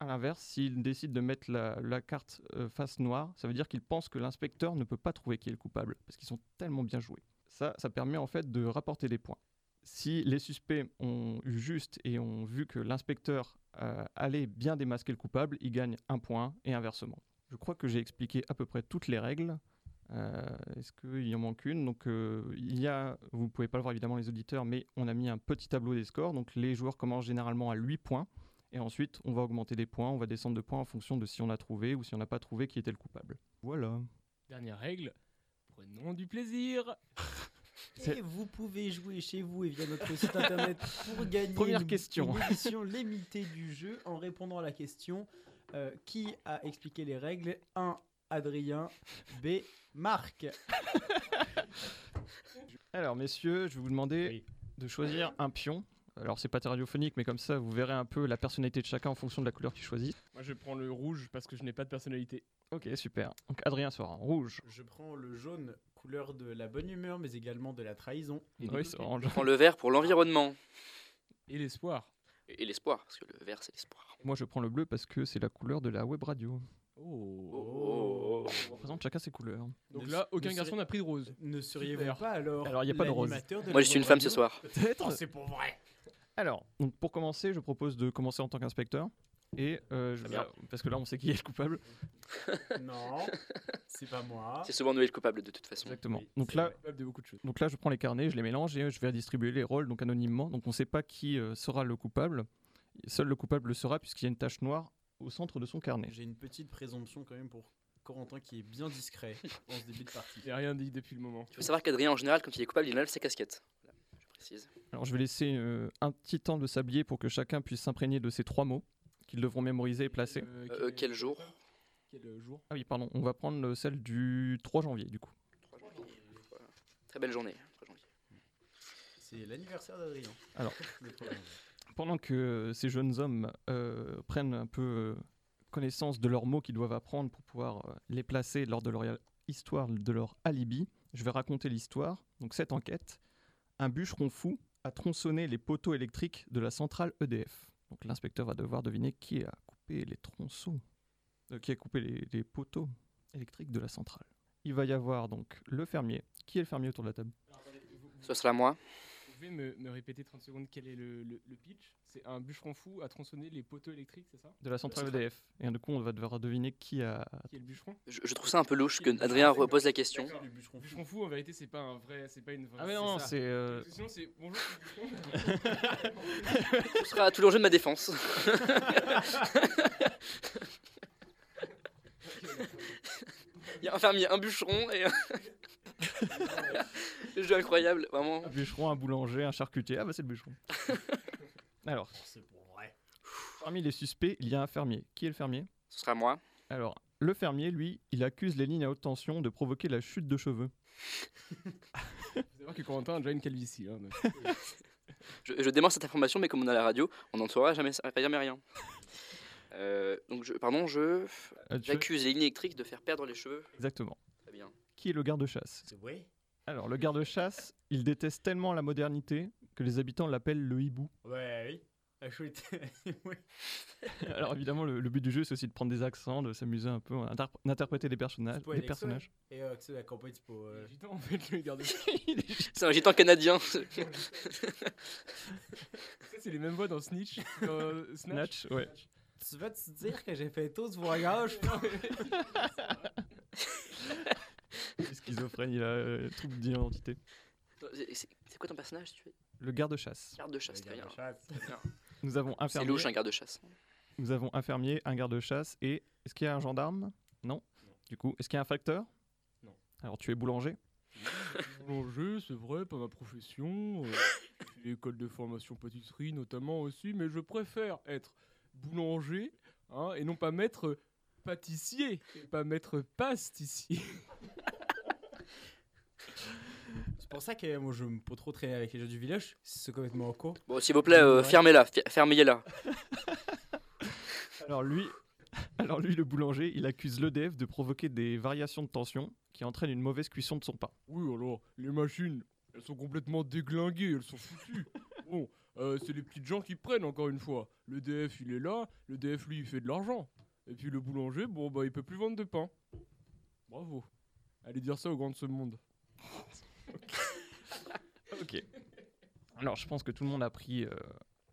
[SPEAKER 6] A l'inverse, s'il décide de mettre la, la carte euh, face noire, ça veut dire qu'il pense que l'inspecteur ne peut pas trouver qui est le coupable, parce qu'ils sont tellement bien joués. Ça, ça permet en fait de rapporter des points. Si les suspects ont eu juste et ont vu que l'inspecteur euh, allait bien démasquer le coupable, ils gagnent un point et inversement. Je crois que j'ai expliqué à peu près toutes les règles. Euh, Est-ce qu'il en manque une Donc, euh, il y a, vous pouvez pas le voir évidemment les auditeurs, mais on a mis un petit tableau des scores. Donc, les joueurs commencent généralement à 8 points. Et ensuite, on va augmenter des points, on va descendre de points en fonction de si on a trouvé ou si on n'a pas trouvé qui était le coupable. Voilà.
[SPEAKER 8] Dernière règle prenons du plaisir.
[SPEAKER 6] C'est-
[SPEAKER 5] Et vous pouvez jouer chez vous et via notre site internet pour gagner
[SPEAKER 6] Première
[SPEAKER 5] une,
[SPEAKER 6] question.
[SPEAKER 5] une édition limitée du jeu en répondant à la question euh, qui a expliqué les règles 1. Adrien. B. Marc.
[SPEAKER 6] Alors, messieurs, je vais vous demander
[SPEAKER 8] Oui.
[SPEAKER 6] de choisir un pion. Alors, c'est pas très radiophonique, mais comme ça, vous verrez un peu la personnalité de chacun en fonction de la couleur qu'il choisit.
[SPEAKER 8] Moi, je prends le rouge parce que je n'ai pas de personnalité.
[SPEAKER 6] Ok, super. Donc, Adrien sera en rouge.
[SPEAKER 7] Je prends le jaune, couleur de la bonne humeur, mais également de la trahison.
[SPEAKER 6] Norris orange.
[SPEAKER 4] Prends le vert pour l'environnement
[SPEAKER 8] Et l'espoir.
[SPEAKER 4] et et l'espoir, parce que le vert, c'est l'espoir.
[SPEAKER 6] Moi, je prends le bleu parce que c'est la couleur de la web radio.
[SPEAKER 8] Oh.
[SPEAKER 4] Oh.
[SPEAKER 6] On représente chacun ses couleurs.
[SPEAKER 8] Donc
[SPEAKER 7] Ne
[SPEAKER 8] là,
[SPEAKER 7] s-
[SPEAKER 8] aucun
[SPEAKER 7] ne
[SPEAKER 8] garçon
[SPEAKER 7] serait-
[SPEAKER 8] n'a pris de rose.
[SPEAKER 7] Ne seriez-vous
[SPEAKER 8] Super.
[SPEAKER 7] pas alors
[SPEAKER 6] Alors, y a pas de rose.
[SPEAKER 7] l'animateur de la
[SPEAKER 4] Moi, je suis une
[SPEAKER 7] web
[SPEAKER 4] femme ce
[SPEAKER 7] radio
[SPEAKER 4] soir.
[SPEAKER 7] Oh,
[SPEAKER 6] Peut-être.
[SPEAKER 7] c'est pour vrai.
[SPEAKER 6] Alors, donc pour commencer, je propose de commencer en tant qu'inspecteur. Et euh, je
[SPEAKER 4] Très bien.
[SPEAKER 6] bah, parce que là, on sait qui est le coupable.
[SPEAKER 7] Non, c'est pas moi.
[SPEAKER 4] C'est souvent nous le coupable de toute façon.
[SPEAKER 6] Exactement.
[SPEAKER 7] Oui,
[SPEAKER 6] donc
[SPEAKER 7] c'est
[SPEAKER 6] là,
[SPEAKER 7] vrai.
[SPEAKER 8] Capable de beaucoup de choses.
[SPEAKER 6] Donc là, je prends les carnets, je les mélange et je vais distribuer les rôles donc anonymement. Donc on ne sait pas qui euh, sera le coupable. Seul le coupable le sera puisqu'il y a une tache noire au centre de son carnet.
[SPEAKER 7] J'ai une petite présomption quand même pour Corentin qui est bien discret en ce début de partie.
[SPEAKER 8] J'ai rien dit depuis le moment.
[SPEAKER 4] Il faut savoir qu'Adrien, en général, quand il est coupable, il enlève ses casquettes. Voilà, je précise.
[SPEAKER 6] Alors je vais laisser euh, un petit temps de sablier pour que chacun puisse s'imprégner de ces trois mots qu'ils devront mémoriser et placer.
[SPEAKER 8] Euh,
[SPEAKER 4] Euh, quel jour
[SPEAKER 8] Quel euh, jour
[SPEAKER 6] Ah oui, pardon, on va prendre euh, celle du 3 janvier du coup.
[SPEAKER 4] 3 janvier. Voilà. Très belle journée. 3 janvier.
[SPEAKER 7] C'est l'anniversaire d'Adrien.
[SPEAKER 6] Alors.
[SPEAKER 7] Le problème.
[SPEAKER 6] Pendant que euh, ces jeunes hommes euh, prennent un peu euh, connaissance de leurs mots qu'ils doivent apprendre pour pouvoir euh, les placer lors de leur ia- histoire, de leur alibi, je vais raconter l'histoire. Donc cette enquête, un bûcheron fou a tronçonné les poteaux électriques de la centrale EDF. Donc l'inspecteur va devoir deviner qui a coupé les tronçons, euh, qui a coupé les, les poteaux électriques de la centrale. Il va y avoir donc le fermier. Qui est le fermier autour de la table
[SPEAKER 4] Ce sera moi.
[SPEAKER 8] Vous pouvez me, me répéter 30 secondes quel est le, le- le pitch C'est un bûcheron fou à tronçonner les poteaux électriques, c'est ça
[SPEAKER 6] De la centrale EDF. Et du coup, on va devoir deviner qui a
[SPEAKER 8] Qui est le bûcheron
[SPEAKER 4] Je, je trouve ça un peu louche que Adrien repose la question.
[SPEAKER 7] Le bûcheron fou.
[SPEAKER 8] Le bûcheron fou, en vérité, c'est pas un vrai. C'est pas une vraie.
[SPEAKER 6] Ah mais non,
[SPEAKER 8] ça.
[SPEAKER 6] c'est... euh,
[SPEAKER 8] Parce que Sinon, c'est bonjour, c'est le bûcheron. Euh,
[SPEAKER 4] Ce sera tout l'enjeu de ma défense. Il y a un fermier, un bûcheron et un... Le jeu incroyable, vraiment.
[SPEAKER 6] Un bûcheron, un boulanger, un charcutier. Ah bah c'est le bûcheron. Alors,
[SPEAKER 7] Oh, c'est pour vrai.
[SPEAKER 6] parmi les suspects, il y a un fermier. Qui est le fermier
[SPEAKER 4] Ce sera moi.
[SPEAKER 6] Alors, le fermier, lui, il accuse les lignes à haute tension de provoquer la chute de cheveux.
[SPEAKER 8] Faut savoir que Corentin a déjà une calvitie. hein, donc.
[SPEAKER 4] Je, je démarre cette information, mais comme on est à la radio, on n'en saura jamais, jamais rien. Euh, donc, je, pardon, je.
[SPEAKER 6] Euh, tu vois-
[SPEAKER 4] J'accuse les lignes électriques de faire perdre les cheveux.
[SPEAKER 6] Exactement.
[SPEAKER 4] Très bien.
[SPEAKER 6] Qui est le garde-chasse
[SPEAKER 7] C'est vrai.
[SPEAKER 6] Alors, le garde-chasse, il déteste tellement la modernité que les habitants l'appellent le hibou.
[SPEAKER 7] Ouais, oui. Ah, à shooter. Ouais.
[SPEAKER 6] Alors évidemment, le, le but du jeu, c'est aussi de prendre des accents, de s'amuser un peu, inter- d'interpréter les personnages.
[SPEAKER 7] Spoil
[SPEAKER 6] Les
[SPEAKER 7] Exo.
[SPEAKER 6] personnages.
[SPEAKER 7] Et euh, accès à la campagne, c'est pour. euh,
[SPEAKER 1] Gitan, en fait, le garde
[SPEAKER 4] C'est un gitan canadien.
[SPEAKER 1] Ça, c'est les mêmes voix dans Snitch,
[SPEAKER 8] euh,
[SPEAKER 1] dans Snatch.
[SPEAKER 6] Natch, ouais.
[SPEAKER 5] Tu vas te dire que j'ai fait tout ce voyage pour-
[SPEAKER 6] Schizophrénie, là, euh, trouble d'identité.
[SPEAKER 4] C'est- C'est c'est quoi ton personnage tu es
[SPEAKER 6] Le garde-chasse.
[SPEAKER 4] Garde de chasse, très bien.
[SPEAKER 6] Nous avons
[SPEAKER 4] C'est
[SPEAKER 6] infirmier.
[SPEAKER 4] louche un garde de chasse.
[SPEAKER 6] Nous avons infirmier, un garde-chasse et est-ce qu'il y a un gendarme non. Du coup, est-ce qu'il y a un facteur
[SPEAKER 1] Non.
[SPEAKER 6] Alors tu es boulanger
[SPEAKER 1] Boulanger, c'est vrai, pas ma profession. euh, j'ai fait L'école de formation pâtisserie notamment aussi, mais je préfère être boulanger hein, et non pas maître pâtissier, et pas maître pastissier.
[SPEAKER 7] C'est pour ça que euh, moi, je me pas trop traîner avec les gens du village. C'est complètement con.
[SPEAKER 4] Bon, s'il vous plaît, euh,
[SPEAKER 7] Ouais.
[SPEAKER 4] fermez-la, fi- fermez-la.
[SPEAKER 6] Alors lui, alors lui, le boulanger, il accuse l'EDF de provoquer des variations de tension qui entraînent une mauvaise cuisson de son pain.
[SPEAKER 1] Oui, alors, les machines, elles sont complètement déglinguées, elles sont foutues. Bon, euh, c'est les petites gens qui prennent, encore une fois. Le DF, il est là, le DF, lui, il fait de l'argent. Et puis le boulanger, bon, bah, il peut plus vendre de pain. Bravo. Allez dire ça aux grands de ce monde.
[SPEAKER 6] Ok. Alors je pense que tout le monde a pris euh,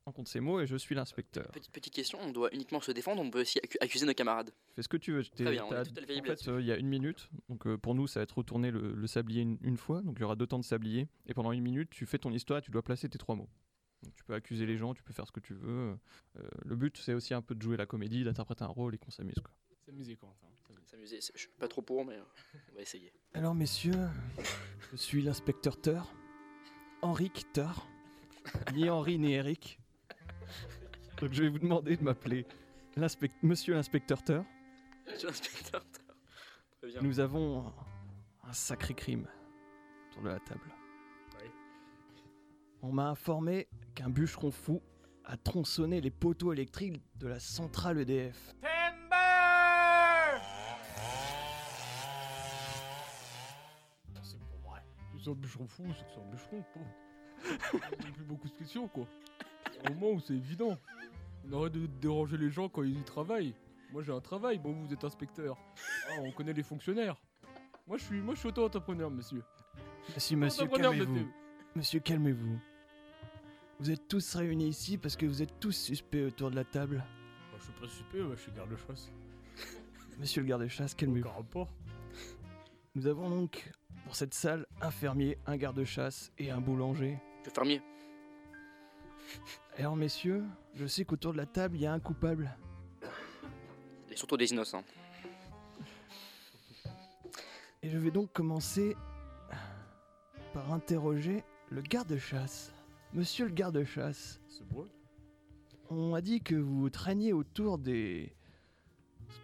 [SPEAKER 6] en compte ces mots et je suis l'inspecteur.
[SPEAKER 4] Petite, petite question, on doit uniquement se défendre, on peut aussi accu- accuser nos camarades.
[SPEAKER 6] Fais ce que tu veux. T'es-
[SPEAKER 4] Très bien, on
[SPEAKER 6] t'as-
[SPEAKER 4] est tout à fait
[SPEAKER 6] en
[SPEAKER 4] libre
[SPEAKER 6] fait, euh, il y a une minute. Donc euh, pour nous, ça va être retourner le, le sablier une, une fois. Donc il y aura deux temps de sablier. Et pendant une minute, tu fais ton histoire et tu dois placer tes trois mots. Donc, tu peux accuser les gens, tu peux faire ce que tu veux. Euh, le but, c'est aussi un peu de jouer la comédie, d'interpréter un rôle et qu'on s'amuse. quoi.
[SPEAKER 1] S'amuser, Quentin.
[SPEAKER 4] S'amuser, c'est- je suis pas trop pour, mais euh, on va essayer.
[SPEAKER 6] Alors messieurs, je suis l'inspecteur Theur. Henrik Theur. Ni Henri ni Eric. Donc je vais vous demander de m'appeler l'inspec- monsieur l'inspecteur Theur.
[SPEAKER 4] Monsieur l'inspecteur, très bien.
[SPEAKER 6] Nous avons un sacré crime autour de la table. On m'a informé qu'un bûcheron fou a tronçonné les poteaux électriques de la centrale E EDF.
[SPEAKER 7] Ah,
[SPEAKER 1] C'est un bûcheron fou, c'est que c'est un bûcheron, quoi. Il y a plus beaucoup de questions, quoi. Au moment où c'est évident. On arrête de déranger les gens quand ils y travaillent. Moi j'ai un travail, bon vous êtes inspecteur. Ah, on connaît les fonctionnaires. Moi je suis, moi je suis auto-entrepreneur, monsieur.
[SPEAKER 6] Monsieur, monsieur,
[SPEAKER 1] Auto-entrepreneur,
[SPEAKER 6] calmez-vous.
[SPEAKER 1] monsieur.
[SPEAKER 6] Monsieur, calmez-vous. Vous êtes tous réunis ici parce que vous êtes tous suspects autour de la table.
[SPEAKER 7] Oh, je suis pas super, je suis garde-chasse.
[SPEAKER 6] Monsieur le garde-chasse, calmez-vous.
[SPEAKER 7] rapport.
[SPEAKER 6] Nous avons donc dans cette salle un fermier, un garde-chasse et un boulanger.
[SPEAKER 4] Je suis fermier.
[SPEAKER 6] Alors messieurs, je sais qu'autour de la table, il y a un coupable.
[SPEAKER 4] Et surtout des innocents.
[SPEAKER 6] Et je vais donc commencer par interroger le garde-chasse. Monsieur le garde-chasse,
[SPEAKER 7] C'est beau.
[SPEAKER 6] on a dit que vous traîniez autour des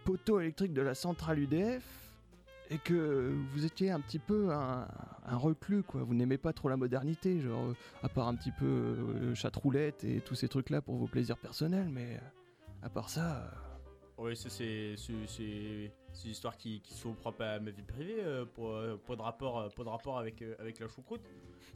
[SPEAKER 6] poteaux électriques de la centrale UDF et que vous étiez un petit peu un, un reclus, quoi. Vous n'aimez pas trop la modernité, genre, euh, à part un petit peu euh, chatroulette et tous ces trucs-là pour vos plaisirs personnels, mais euh, à part ça, euh,
[SPEAKER 7] Oui, ça, c'est c'est- c'est- c'est une histoire qui, qui sont propres à ma vie privée, euh, pour, euh, pas, de rapport, euh, pas de rapport avec, euh, avec la choucroute.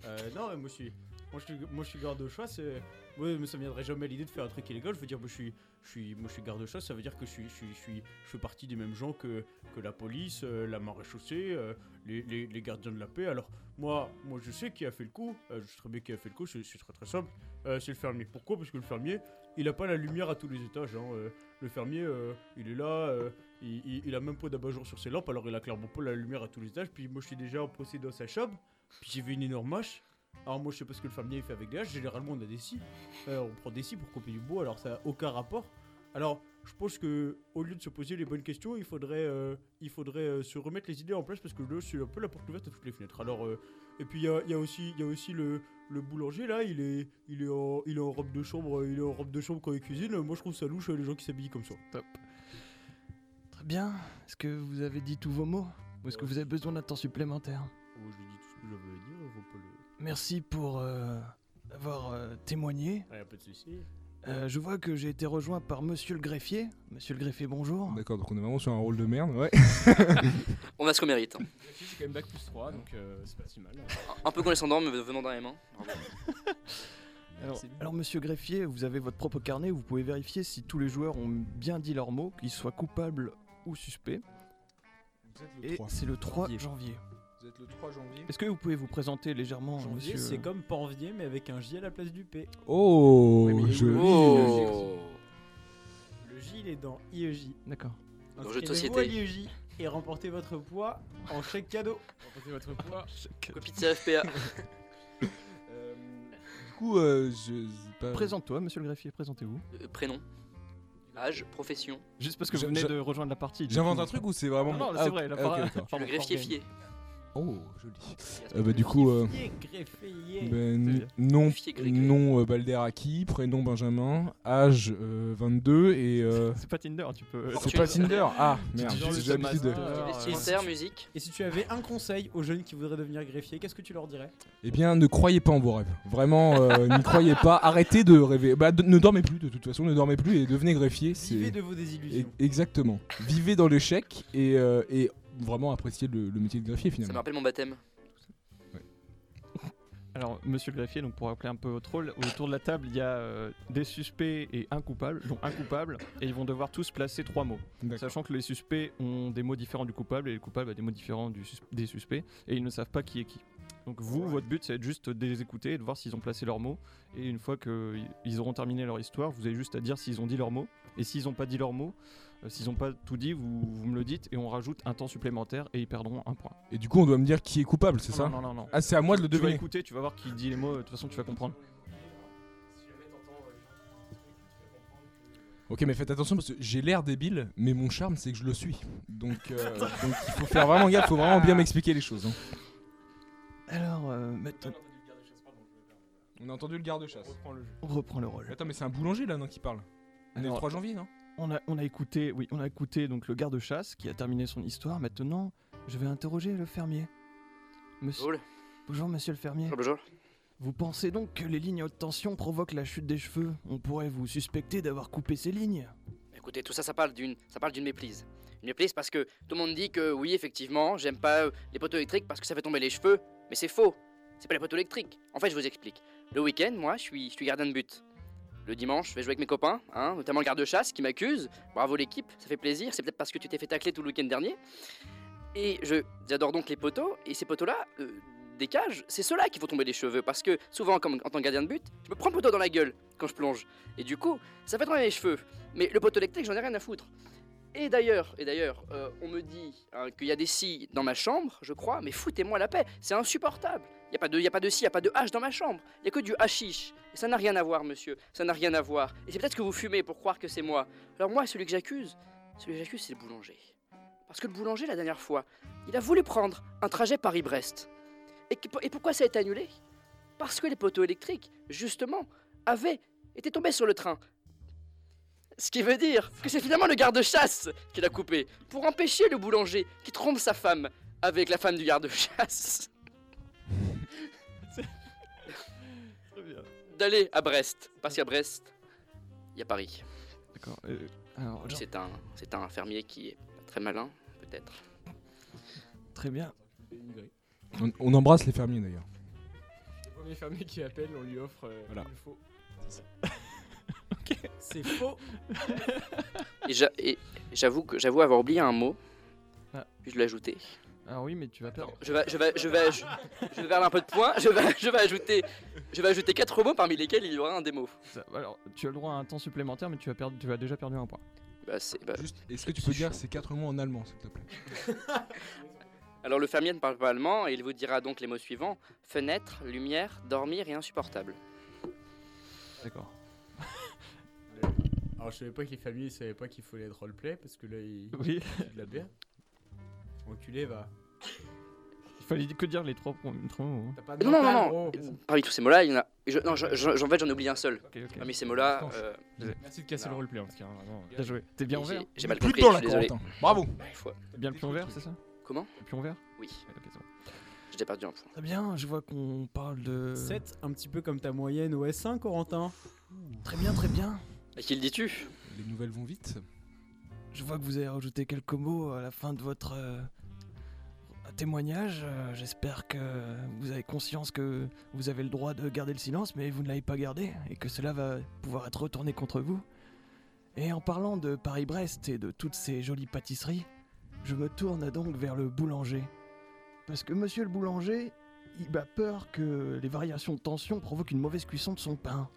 [SPEAKER 7] Euh, non, euh, moi je suis, moi, je suis, moi, je suis garde-chasse. euh, moi, ça me viendrait jamais à l'idée de faire un truc illégal. Je veux dire, moi je suis, je suis, moi, je suis garde-chasse, ça veut dire que je suis, je suis, je suis, je fais partie des mêmes gens que, que la police, euh, la maréchaussée, euh, les, les, les gardiens de la paix. Alors, moi, moi je sais qui a fait le coup. euh, je sais très bien qui a fait le coup, c'est c'est très très simple. Euh, c'est le fermier. Pourquoi Parce que le fermier, il a pas la lumière à tous les étages. Hein, euh, le fermier, euh, il est là, euh, il, il- il a même pas d'abat-jour sur ses lampes, alors il a clairement pas la lumière à tous les étages. Puis moi, je suis déjà en procès dans sa chambre, puis j'ai vu une énorme hache. Alors moi, je sais pas ce que le fermier il fait avec des haches, généralement on a des scies. Euh, on prend des scies pour couper du bois, alors ça a aucun rapport. Alors, je pense que au lieu de se poser les bonnes questions, il faudrait, euh, il faudrait euh, se remettre les idées en place parce que là, c'est un peu la porte ouverte à toutes les fenêtres. Alors, euh, et puis il y a, il y a aussi, il y a aussi le, le boulanger là, il est, il est en, il est en robe de chambre, euh, il est en robe de chambre quand il cuisine. Moi, je trouve ça louche euh, les gens qui s'habillent comme ça.
[SPEAKER 6] Très bien. Est-ce que vous avez dit tous vos mots Ou est-ce que vous avez besoin d'un temps supplémentaire
[SPEAKER 7] Oh, je dis tout ce que j'avais à dire, vous pas le.
[SPEAKER 6] Merci pour euh, avoir euh, témoigné.
[SPEAKER 7] Ah, y'a pas de soucis.
[SPEAKER 6] Euh, je vois que j'ai été rejoint par monsieur le greffier. Monsieur le greffier, bonjour.
[SPEAKER 2] D'accord, donc on est vraiment sur un rôle de merde, ouais.
[SPEAKER 4] On a ce qu'on mérite. hein.
[SPEAKER 1] La fille, c'est quand même
[SPEAKER 7] Ah.
[SPEAKER 1] bac plus 3, donc euh, c'est pas si mal.
[SPEAKER 4] Un peu condescendant, mais venant d'un M1.
[SPEAKER 6] Alors, alors, monsieur greffier, vous avez votre propre carnet où vous pouvez vérifier si tous les joueurs ont bien dit leurs mots, qu'ils soient coupables ou suspects.
[SPEAKER 2] Vous êtes le
[SPEAKER 6] Et
[SPEAKER 2] 3.
[SPEAKER 6] c'est le 3
[SPEAKER 2] Janvier.
[SPEAKER 6] janvier.
[SPEAKER 2] Vous êtes le 3 janvier.
[SPEAKER 6] Est-ce que vous pouvez vous présenter légèrement,
[SPEAKER 5] Janvier,
[SPEAKER 6] monsieur
[SPEAKER 5] c'est comme Panvier, mais avec un J à la place du P.
[SPEAKER 2] Oh,
[SPEAKER 6] Oui, mais il est
[SPEAKER 2] joli.
[SPEAKER 4] Oh
[SPEAKER 5] Le J, il est dans IEJ.
[SPEAKER 6] D'accord.
[SPEAKER 4] Dans le jeu de
[SPEAKER 5] Inscrivez-vous à
[SPEAKER 4] société.
[SPEAKER 5] l'IEJ et remportez votre poids en chèque cadeau.
[SPEAKER 8] Remportez votre poids.
[SPEAKER 4] Copie de CFPA.
[SPEAKER 2] Euh, du coup, euh, je. c'est pas-
[SPEAKER 6] Présente-toi, monsieur le greffier, présentez-vous.
[SPEAKER 4] Euh, Prénom, âge, profession.
[SPEAKER 6] Juste parce que
[SPEAKER 2] Je-
[SPEAKER 6] vous venez
[SPEAKER 2] je-
[SPEAKER 6] de rejoindre la partie. du
[SPEAKER 2] J'invente
[SPEAKER 6] coup.
[SPEAKER 2] un truc ou c'est vraiment.
[SPEAKER 6] Non, non,
[SPEAKER 2] Ah,
[SPEAKER 6] c'est
[SPEAKER 2] ok,
[SPEAKER 6] vrai, la
[SPEAKER 2] ah, ok,
[SPEAKER 6] parole.
[SPEAKER 2] d'accord.
[SPEAKER 4] Le greffier fier.
[SPEAKER 2] Oh, joli.
[SPEAKER 4] Yes.
[SPEAKER 2] Euh, bah, du coup, euh,
[SPEAKER 5] Greffier, greffier.
[SPEAKER 2] ben,
[SPEAKER 6] c'est bien.
[SPEAKER 2] nom,
[SPEAKER 4] Greffier grec.
[SPEAKER 2] nom euh, Balderaki, prénom Benjamin, âge euh, 22 et. euh,
[SPEAKER 6] C'est pas Tinder, tu peux.
[SPEAKER 2] c'est
[SPEAKER 4] Fortune.
[SPEAKER 2] pas Tinder Ah, merde,
[SPEAKER 6] Genre le
[SPEAKER 2] j'ai l'habitude.
[SPEAKER 6] Thomas.
[SPEAKER 2] de-
[SPEAKER 6] Alors,
[SPEAKER 4] Vestimentaire, musique.
[SPEAKER 5] Et si tu avais un conseil aux jeunes qui voudraient devenir greffier, qu'est-ce que tu leur dirais
[SPEAKER 2] Eh bien, ne croyez pas en vos rêves. Vraiment, euh, n'y croyez pas. Arrêtez de rêver. Bah, de- ne dormez plus, de toute façon, ne dormez plus et devenez greffier. c'est-
[SPEAKER 5] Vivez de vos désillusions.
[SPEAKER 2] E- Exactement. Vivez dans l'échec et, euh, et vraiment appréciez le, le métier de greffier
[SPEAKER 4] Ça me
[SPEAKER 2] finalement.
[SPEAKER 4] rappelle mon baptême.
[SPEAKER 6] Alors, monsieur le greffier, donc pour rappeler un peu votre rôle, autour de la table, il y a euh, des suspects et un coupable, donc un coupable, et ils vont devoir tous placer trois mots.
[SPEAKER 2] D'accord.
[SPEAKER 6] Sachant que les suspects ont des mots différents du coupable et le coupable a des mots différents du sus- des suspects, et ils ne savent pas qui est qui. Donc, vous, votre but, c'est juste de les écouter et de voir s'ils ont placé leurs mots. Et une fois qu'ils auront terminé leur histoire, vous avez juste à dire s'ils ont dit leurs mots. Et s'ils n'ont pas dit leurs mots, euh, s'ils n'ont pas tout dit, vous, vous me le dites et on rajoute un temps supplémentaire et ils perdront un point.
[SPEAKER 2] Et du coup, on doit me dire qui est coupable,
[SPEAKER 4] Oh
[SPEAKER 2] c'est ça
[SPEAKER 6] Non, non, non. non.
[SPEAKER 2] Ah, c'est à moi de le
[SPEAKER 6] Tu vas
[SPEAKER 2] deviner.
[SPEAKER 6] écouter, tu vas voir qui dit les mots, euh, de toute façon tu vas comprendre.
[SPEAKER 2] Ok, mais faites attention parce que j'ai l'air débile, mais mon charme, c'est que je le suis. Donc, euh, donc il faut faire vraiment gaffe, faut vraiment bien m'expliquer les choses. hein.
[SPEAKER 6] Alors, euh,
[SPEAKER 2] On a entendu le garde-chasse.
[SPEAKER 6] on reprend le rôle.
[SPEAKER 2] Attends, mais c'est un boulanger là, non, qui parle On est le
[SPEAKER 6] Alors,
[SPEAKER 2] 3 janvier, non
[SPEAKER 6] On a, on a écouté, oui, on a écouté donc le garde-chasse qui a terminé son histoire. Maintenant, je vais interroger le fermier. Monsieur-
[SPEAKER 4] Cool.
[SPEAKER 6] Bonjour, monsieur le fermier.
[SPEAKER 4] Ah, Bonjour.
[SPEAKER 6] Vous pensez donc que les lignes haute tension provoquent la chute des cheveux On pourrait vous suspecter d'avoir coupé ces lignes.
[SPEAKER 4] Écoutez, tout ça, ça parle d'une, ça parle d'une méprise. Une méprise parce que tout le monde dit que oui, effectivement, j'aime pas euh, les poteaux électriques parce que ça fait tomber les cheveux, mais c'est faux. C'est pas les poteaux électriques. En fait, je vous explique. Le week-end, moi, je suis, je suis gardien de but. Le dimanche, je vais jouer avec mes copains, hein, notamment le garde-chasse qui m'accuse. Bravo l'équipe, ça fait plaisir. C'est peut-être parce que tu t'es fait tacler tout le week-end dernier. Et je, j'adore donc les poteaux. Et ces poteaux-là, euh, des cages, c'est ceux-là qui font tomber les cheveux parce que souvent, comme en tant que gardien de but, je me prends le poteau dans la gueule quand je plonge. Et du coup, ça fait tomber les cheveux. Mais le poteau électrique, j'en ai rien à foutre. Et d'ailleurs, et d'ailleurs, euh, on me dit hein, qu'il y a des scies dans ma chambre, je crois, mais foutez-moi la paix, c'est insupportable. Il y a pas de, il y a pas de scie, il y a pas de hache dans ma chambre. Il y a que du hashish. Et ça n'a rien à voir, monsieur. Ça n'a rien à voir. Et c'est peut-être que vous fumez pour croire que c'est moi. Alors moi, celui que j'accuse, celui que j'accuse, c'est le boulanger. Parce que le boulanger, la dernière fois, il a voulu prendre un trajet Paris-Brest. Et, que- et pourquoi ça a été annulé Parce que les poteaux électriques, justement, avaient été tombés sur le train. Ce qui veut dire que c'est finalement le garde-chasse qui l'a coupé pour empêcher le boulanger qui trompe sa femme avec la femme du garde-chasse d'aller à Brest. Parce qu'à Brest, il y a Paris.
[SPEAKER 6] D'accord. euh, alors,
[SPEAKER 4] Puis C'est un, c'est un fermier qui est pas très malin, peut-être.
[SPEAKER 6] très bien.
[SPEAKER 2] on, on embrasse les fermiers d'ailleurs.
[SPEAKER 8] Le premier fermier qui appelle, on lui offre euh,
[SPEAKER 2] Voilà.
[SPEAKER 8] il faut.
[SPEAKER 5] C'est faux.
[SPEAKER 4] Et, j'a- et j'avoue, que, j'avoue avoir oublié un mot.
[SPEAKER 6] Ah.
[SPEAKER 4] Puis je l'ai ajouté.
[SPEAKER 6] Alors oui, mais tu vas perdre.
[SPEAKER 4] Je vais, je vais, je vais, je, je vais perdre un peu de points. Je vais, je vais ajouter, je vais ajouter quatre mots parmi lesquels il y aura un démo.
[SPEAKER 6] Ça- Alors, tu as le droit à un temps supplémentaire, mais tu vas perdre, tu as déjà perdu un point.
[SPEAKER 4] Bah, c'est, bah,
[SPEAKER 2] Juste, est-ce que tu peux dire ces quatre mots en allemand, s'il te plaît
[SPEAKER 4] Alors le fermier ne parle pas allemand et il vous dira donc les mots suivants fenêtre, lumière, dormir et insupportable.
[SPEAKER 6] D'accord.
[SPEAKER 7] Alors, je savais pas que les familles savaient pas qu'il fallait être roleplay parce que là, ils
[SPEAKER 6] Oui.
[SPEAKER 7] ils de la bière. Enculé, va.
[SPEAKER 6] Il fallait que dire les trois, premiers- trois mots. hein.
[SPEAKER 7] T'as pas
[SPEAKER 4] Mais
[SPEAKER 7] de
[SPEAKER 4] Non non
[SPEAKER 7] mental,
[SPEAKER 4] non.
[SPEAKER 7] gros.
[SPEAKER 4] Parmi tous ces mots-là, il y en a. je- non, je- je- j'en fait j'en ai oublié un seul.
[SPEAKER 6] Ok, ok.
[SPEAKER 2] Ah,
[SPEAKER 4] Parmi ces mots-là, euh,
[SPEAKER 8] Merci de casser le roleplay en tout cas, hein, vraiment.
[SPEAKER 6] Bien joué. T'es bien
[SPEAKER 4] j'ai,
[SPEAKER 6] ouvert
[SPEAKER 4] j'ai mal
[SPEAKER 2] Plus
[SPEAKER 4] compris.
[SPEAKER 2] dedans,
[SPEAKER 4] je
[SPEAKER 2] là,
[SPEAKER 4] suis désolé.
[SPEAKER 2] Corentin. Bravo
[SPEAKER 4] Fois-
[SPEAKER 6] Bien le pion vert, c'est ça
[SPEAKER 4] Comment
[SPEAKER 6] Le pion vert
[SPEAKER 4] Oui,
[SPEAKER 6] Ouais, ok, c'est bon.
[SPEAKER 4] j'ai perdu un point.
[SPEAKER 6] Très bien, je vois qu'on parle
[SPEAKER 2] Euh.
[SPEAKER 6] de.
[SPEAKER 5] 7, un petit peu comme ta moyenne au S1, Corentin.
[SPEAKER 6] Très bien, très bien.
[SPEAKER 4] Et qui le dis-tu
[SPEAKER 2] Les nouvelles vont vite.
[SPEAKER 6] Je vois que vous avez rajouté quelques mots à la fin de votre. euh,
[SPEAKER 9] témoignage. Euh, J'espère que vous avez conscience que vous avez le droit de garder le silence, mais vous ne l'avez pas gardé et que cela va pouvoir être retourné contre vous. Et en parlant de Paris-Brest et de toutes ces jolies pâtisseries, je me tourne donc vers le boulanger. Parce que monsieur le boulanger, il a peur que les variations de tension provoquent une mauvaise cuisson de son pain.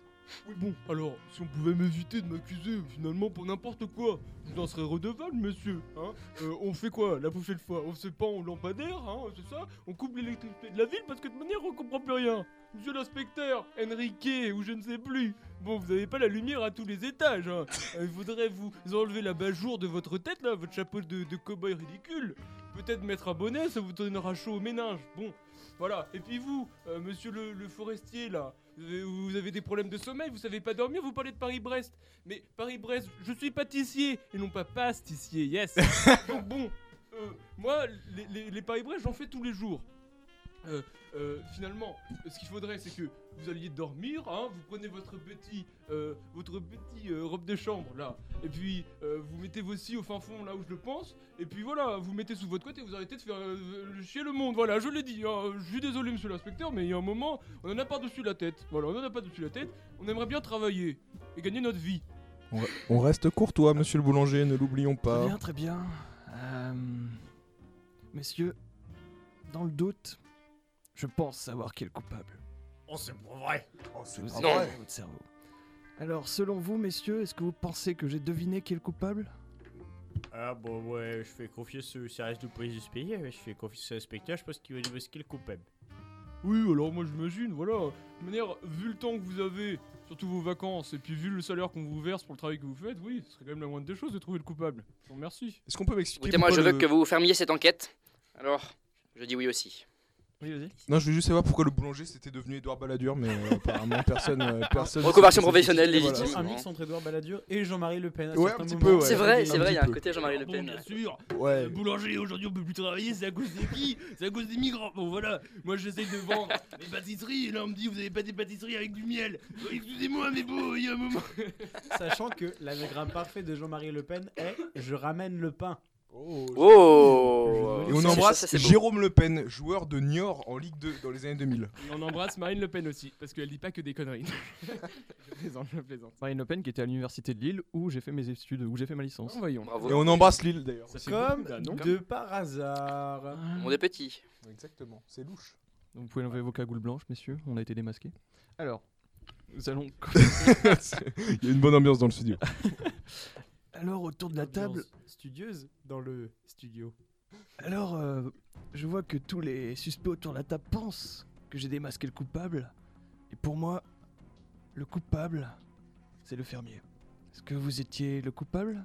[SPEAKER 1] Oui bon, alors, si on pouvait m'éviter de m'accuser finalement pour n'importe quoi, je n'en serais redevable, monsieur. Hein Euh, on fait quoi la prochaine fois On se pend au lampadaire, hein, c'est ça On coupe l'électricité de la ville parce que de toute manière on comprend plus rien. Monsieur l'inspecteur, Enrique ou je ne sais plus. Bon, vous n'avez pas la lumière à tous les étages. Hein. Euh, Il faudrait vous enlever la bajour de votre tête là, votre chapeau de, de cow-boy ridicule. Peut-être mettre un bonnet, ça vous donnera chaud au ménage. Bon, voilà. Et puis vous, euh, monsieur le, le forestier, là, vous avez- vous avez des problèmes de sommeil, vous savez pas dormir, vous parlez de Paris-Brest. Mais Paris-Brest, je suis pâtissier et non pas pastissier, yes. Donc bon, euh, moi, les, les- les Paris-Brest, j'en fais tous les jours. Euh, euh, finalement, ce qu'il faudrait, c'est que vous alliez dormir, hein, vous prenez votre petit, euh, votre petit euh, robe de chambre là, et puis euh, vous mettez vos scies au fin fond là où je le pense, et puis voilà, vous mettez sous votre couette et vous arrêtez de faire euh, euh, chier le monde. Voilà, je l'ai dit. hein. Je suis désolé, monsieur l'inspecteur, mais il y a un moment, on en a pas dessus la tête. Voilà, on en a pas dessus la tête. On aimerait bien travailler et gagner notre vie.
[SPEAKER 2] On, re- on reste courtois, monsieur le boulanger, ne l'oublions pas.
[SPEAKER 9] Très bien, très bien. Euh, messieurs, dans le doute, je pense savoir qui est le coupable.
[SPEAKER 3] Oh, c'est pas vrai.
[SPEAKER 9] Vous
[SPEAKER 4] pas
[SPEAKER 9] avez
[SPEAKER 4] vrai.
[SPEAKER 9] votre cerveau. Alors, selon vous, messieurs, est-ce que vous pensez que j'ai deviné qui est le coupable
[SPEAKER 3] Ah, bon, ouais, je fais confiance au service de police du pays, je fais confiance à l'inspecteur, je pense qu'il va nous ce qu'il est coupable.
[SPEAKER 1] Oui, alors moi j'imagine, voilà. De toute manière, vu le temps que vous avez, surtout vos vacances, et puis vu le salaire qu'on vous verse pour le travail que vous faites, oui, ce serait quand même la moindre des choses de trouver le coupable. Je vous remercie.
[SPEAKER 2] Est-ce qu'on peut m'expliquer
[SPEAKER 4] Écoutez, moi, je
[SPEAKER 2] pourquoi le-
[SPEAKER 4] veux que vous fermiez cette enquête. Alors, je dis oui aussi.
[SPEAKER 6] Oui, vas-y.
[SPEAKER 2] Non, je veux juste savoir pourquoi le boulanger c'était devenu Édouard Balladur, mais euh, apparemment personne. euh, personne
[SPEAKER 4] Reconversion professionnelle
[SPEAKER 2] Voilà.
[SPEAKER 4] légitime.
[SPEAKER 5] Un mix entre Edouard Balladur et Jean-Marie Le Pen. à
[SPEAKER 2] Ouais,
[SPEAKER 5] certains
[SPEAKER 2] un petit
[SPEAKER 5] moments.
[SPEAKER 2] peu, ouais.
[SPEAKER 4] c'est vrai,
[SPEAKER 2] un
[SPEAKER 4] c'est vrai, il y a
[SPEAKER 2] petit
[SPEAKER 4] un
[SPEAKER 2] peu.
[SPEAKER 4] côté Jean-Marie Le Pen.
[SPEAKER 1] bien sûr.
[SPEAKER 2] Ouais.
[SPEAKER 1] Le boulanger, aujourd'hui on peut plus travailler, c'est à cause des qui C'est à cause des migrants. Bon voilà, moi j'essaye de vendre mes pâtisseries et là on me dit vous avez pas des pâtisseries avec du miel. Euh, Excusez-moi mais bon, il y a un moment.
[SPEAKER 5] Sachant que l'anagramme parfait de Jean-Marie Le Pen est Je ramène le pain.
[SPEAKER 4] Oh
[SPEAKER 2] Et on
[SPEAKER 4] Ça,
[SPEAKER 2] embrasse
[SPEAKER 4] ça, ça, c'est beau.
[SPEAKER 2] Jérôme Le Pen, joueur de Niort en Ligue 2 dans les années 2000.
[SPEAKER 8] Et on embrasse Marine Le Pen aussi, parce qu'elle dit pas que des conneries. je plaisante, je plaisante.
[SPEAKER 6] Marine Le Pen qui était à l'université de Lille où j'ai fait mes études, où j'ai fait ma
[SPEAKER 9] Oh.
[SPEAKER 6] licence.
[SPEAKER 8] Voyons.
[SPEAKER 4] Bravo.
[SPEAKER 2] Et on embrasse Lille d'ailleurs.
[SPEAKER 8] Ça fait
[SPEAKER 5] Comme
[SPEAKER 8] beaucoup, bah, non
[SPEAKER 5] de par hasard.
[SPEAKER 4] On est petit.
[SPEAKER 2] Exactement, c'est louche.
[SPEAKER 6] Donc, vous pouvez enlever vos cagoules blanches, messieurs, on a été démasqués. Oh, Alors, nous allons commencer.
[SPEAKER 2] Il y a une bonne ambiance dans le studio.
[SPEAKER 9] Alors, autour de la table,
[SPEAKER 5] Ambiance Studieuse dans le studio.
[SPEAKER 9] alors, euh, je vois que tous les suspects autour de la table pensent que j'ai démasqué le coupable. Et pour moi, le coupable, c'est le fermier. Est-ce que vous étiez le coupable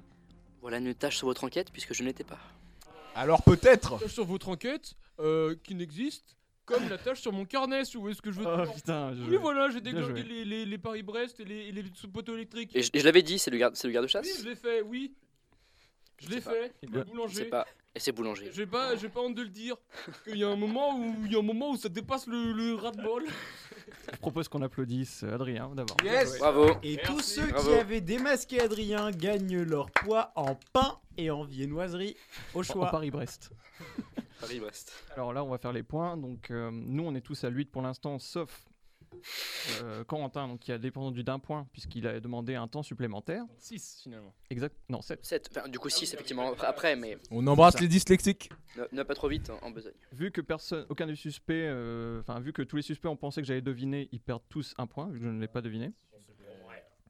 [SPEAKER 4] Voilà une tâche sur votre enquête, puisque je n'étais pas.
[SPEAKER 2] Alors peut-être
[SPEAKER 1] Sur votre enquête, euh, qui n'existe, comme la tâche sur mon carnet, si vous voyez ce que je veux
[SPEAKER 8] Ah,
[SPEAKER 6] oh
[SPEAKER 1] dire.
[SPEAKER 6] putain, je-
[SPEAKER 1] Oui voilà, j'ai
[SPEAKER 6] Bien
[SPEAKER 1] déglingué
[SPEAKER 6] joué.
[SPEAKER 1] les, les, les Paris-Brest et les, et les poteaux électriques.
[SPEAKER 4] Et je, et je l'avais dit, c'est le garde, c'est le
[SPEAKER 1] Oui,
[SPEAKER 4] garde-chasse.
[SPEAKER 1] je l'ai fait, oui. Je l'ai
[SPEAKER 4] sais pas.
[SPEAKER 1] fait,
[SPEAKER 6] Ouais.
[SPEAKER 1] le boulanger.
[SPEAKER 4] C'est pas. Et c'est boulanger.
[SPEAKER 1] J'ai pas, j'ai pas honte de le dire. Qu'il y a un moment où, il y a un moment où ça dépasse le, le ras-de-bol.
[SPEAKER 6] je propose qu'on applaudisse euh, Adrien d'abord.
[SPEAKER 4] Bravo.
[SPEAKER 5] Et
[SPEAKER 1] Merci.
[SPEAKER 5] tous ceux
[SPEAKER 4] Bravo.
[SPEAKER 5] qui avaient démasqué Adrien gagnent leur poids en pain et en viennoiserie au
[SPEAKER 6] En- En
[SPEAKER 5] choix.
[SPEAKER 6] Paris-Brest.
[SPEAKER 4] Paris-Brest.
[SPEAKER 6] Alors là, on va faire les points. Donc, euh, nous, on est tous à 8 pour l'instant, sauf euh, Corentin, donc, qui a dépendu d'un point, puisqu'il a demandé un temps supplémentaire.
[SPEAKER 8] 6 finalement.
[SPEAKER 6] Exact. Non, 7.
[SPEAKER 4] Sept. Enfin, du coup, 6 effectivement après, mais
[SPEAKER 2] On embrasse
[SPEAKER 4] Ça.
[SPEAKER 2] les dyslexiques.
[SPEAKER 4] ne, ne pas trop vite hein, en besogne.
[SPEAKER 6] Vu que personne, aucun des suspects, euh, enfin, vu que tous les suspects ont pensé que j'avais deviné, ils perdent tous un point, vu que je ne l'ai pas deviné.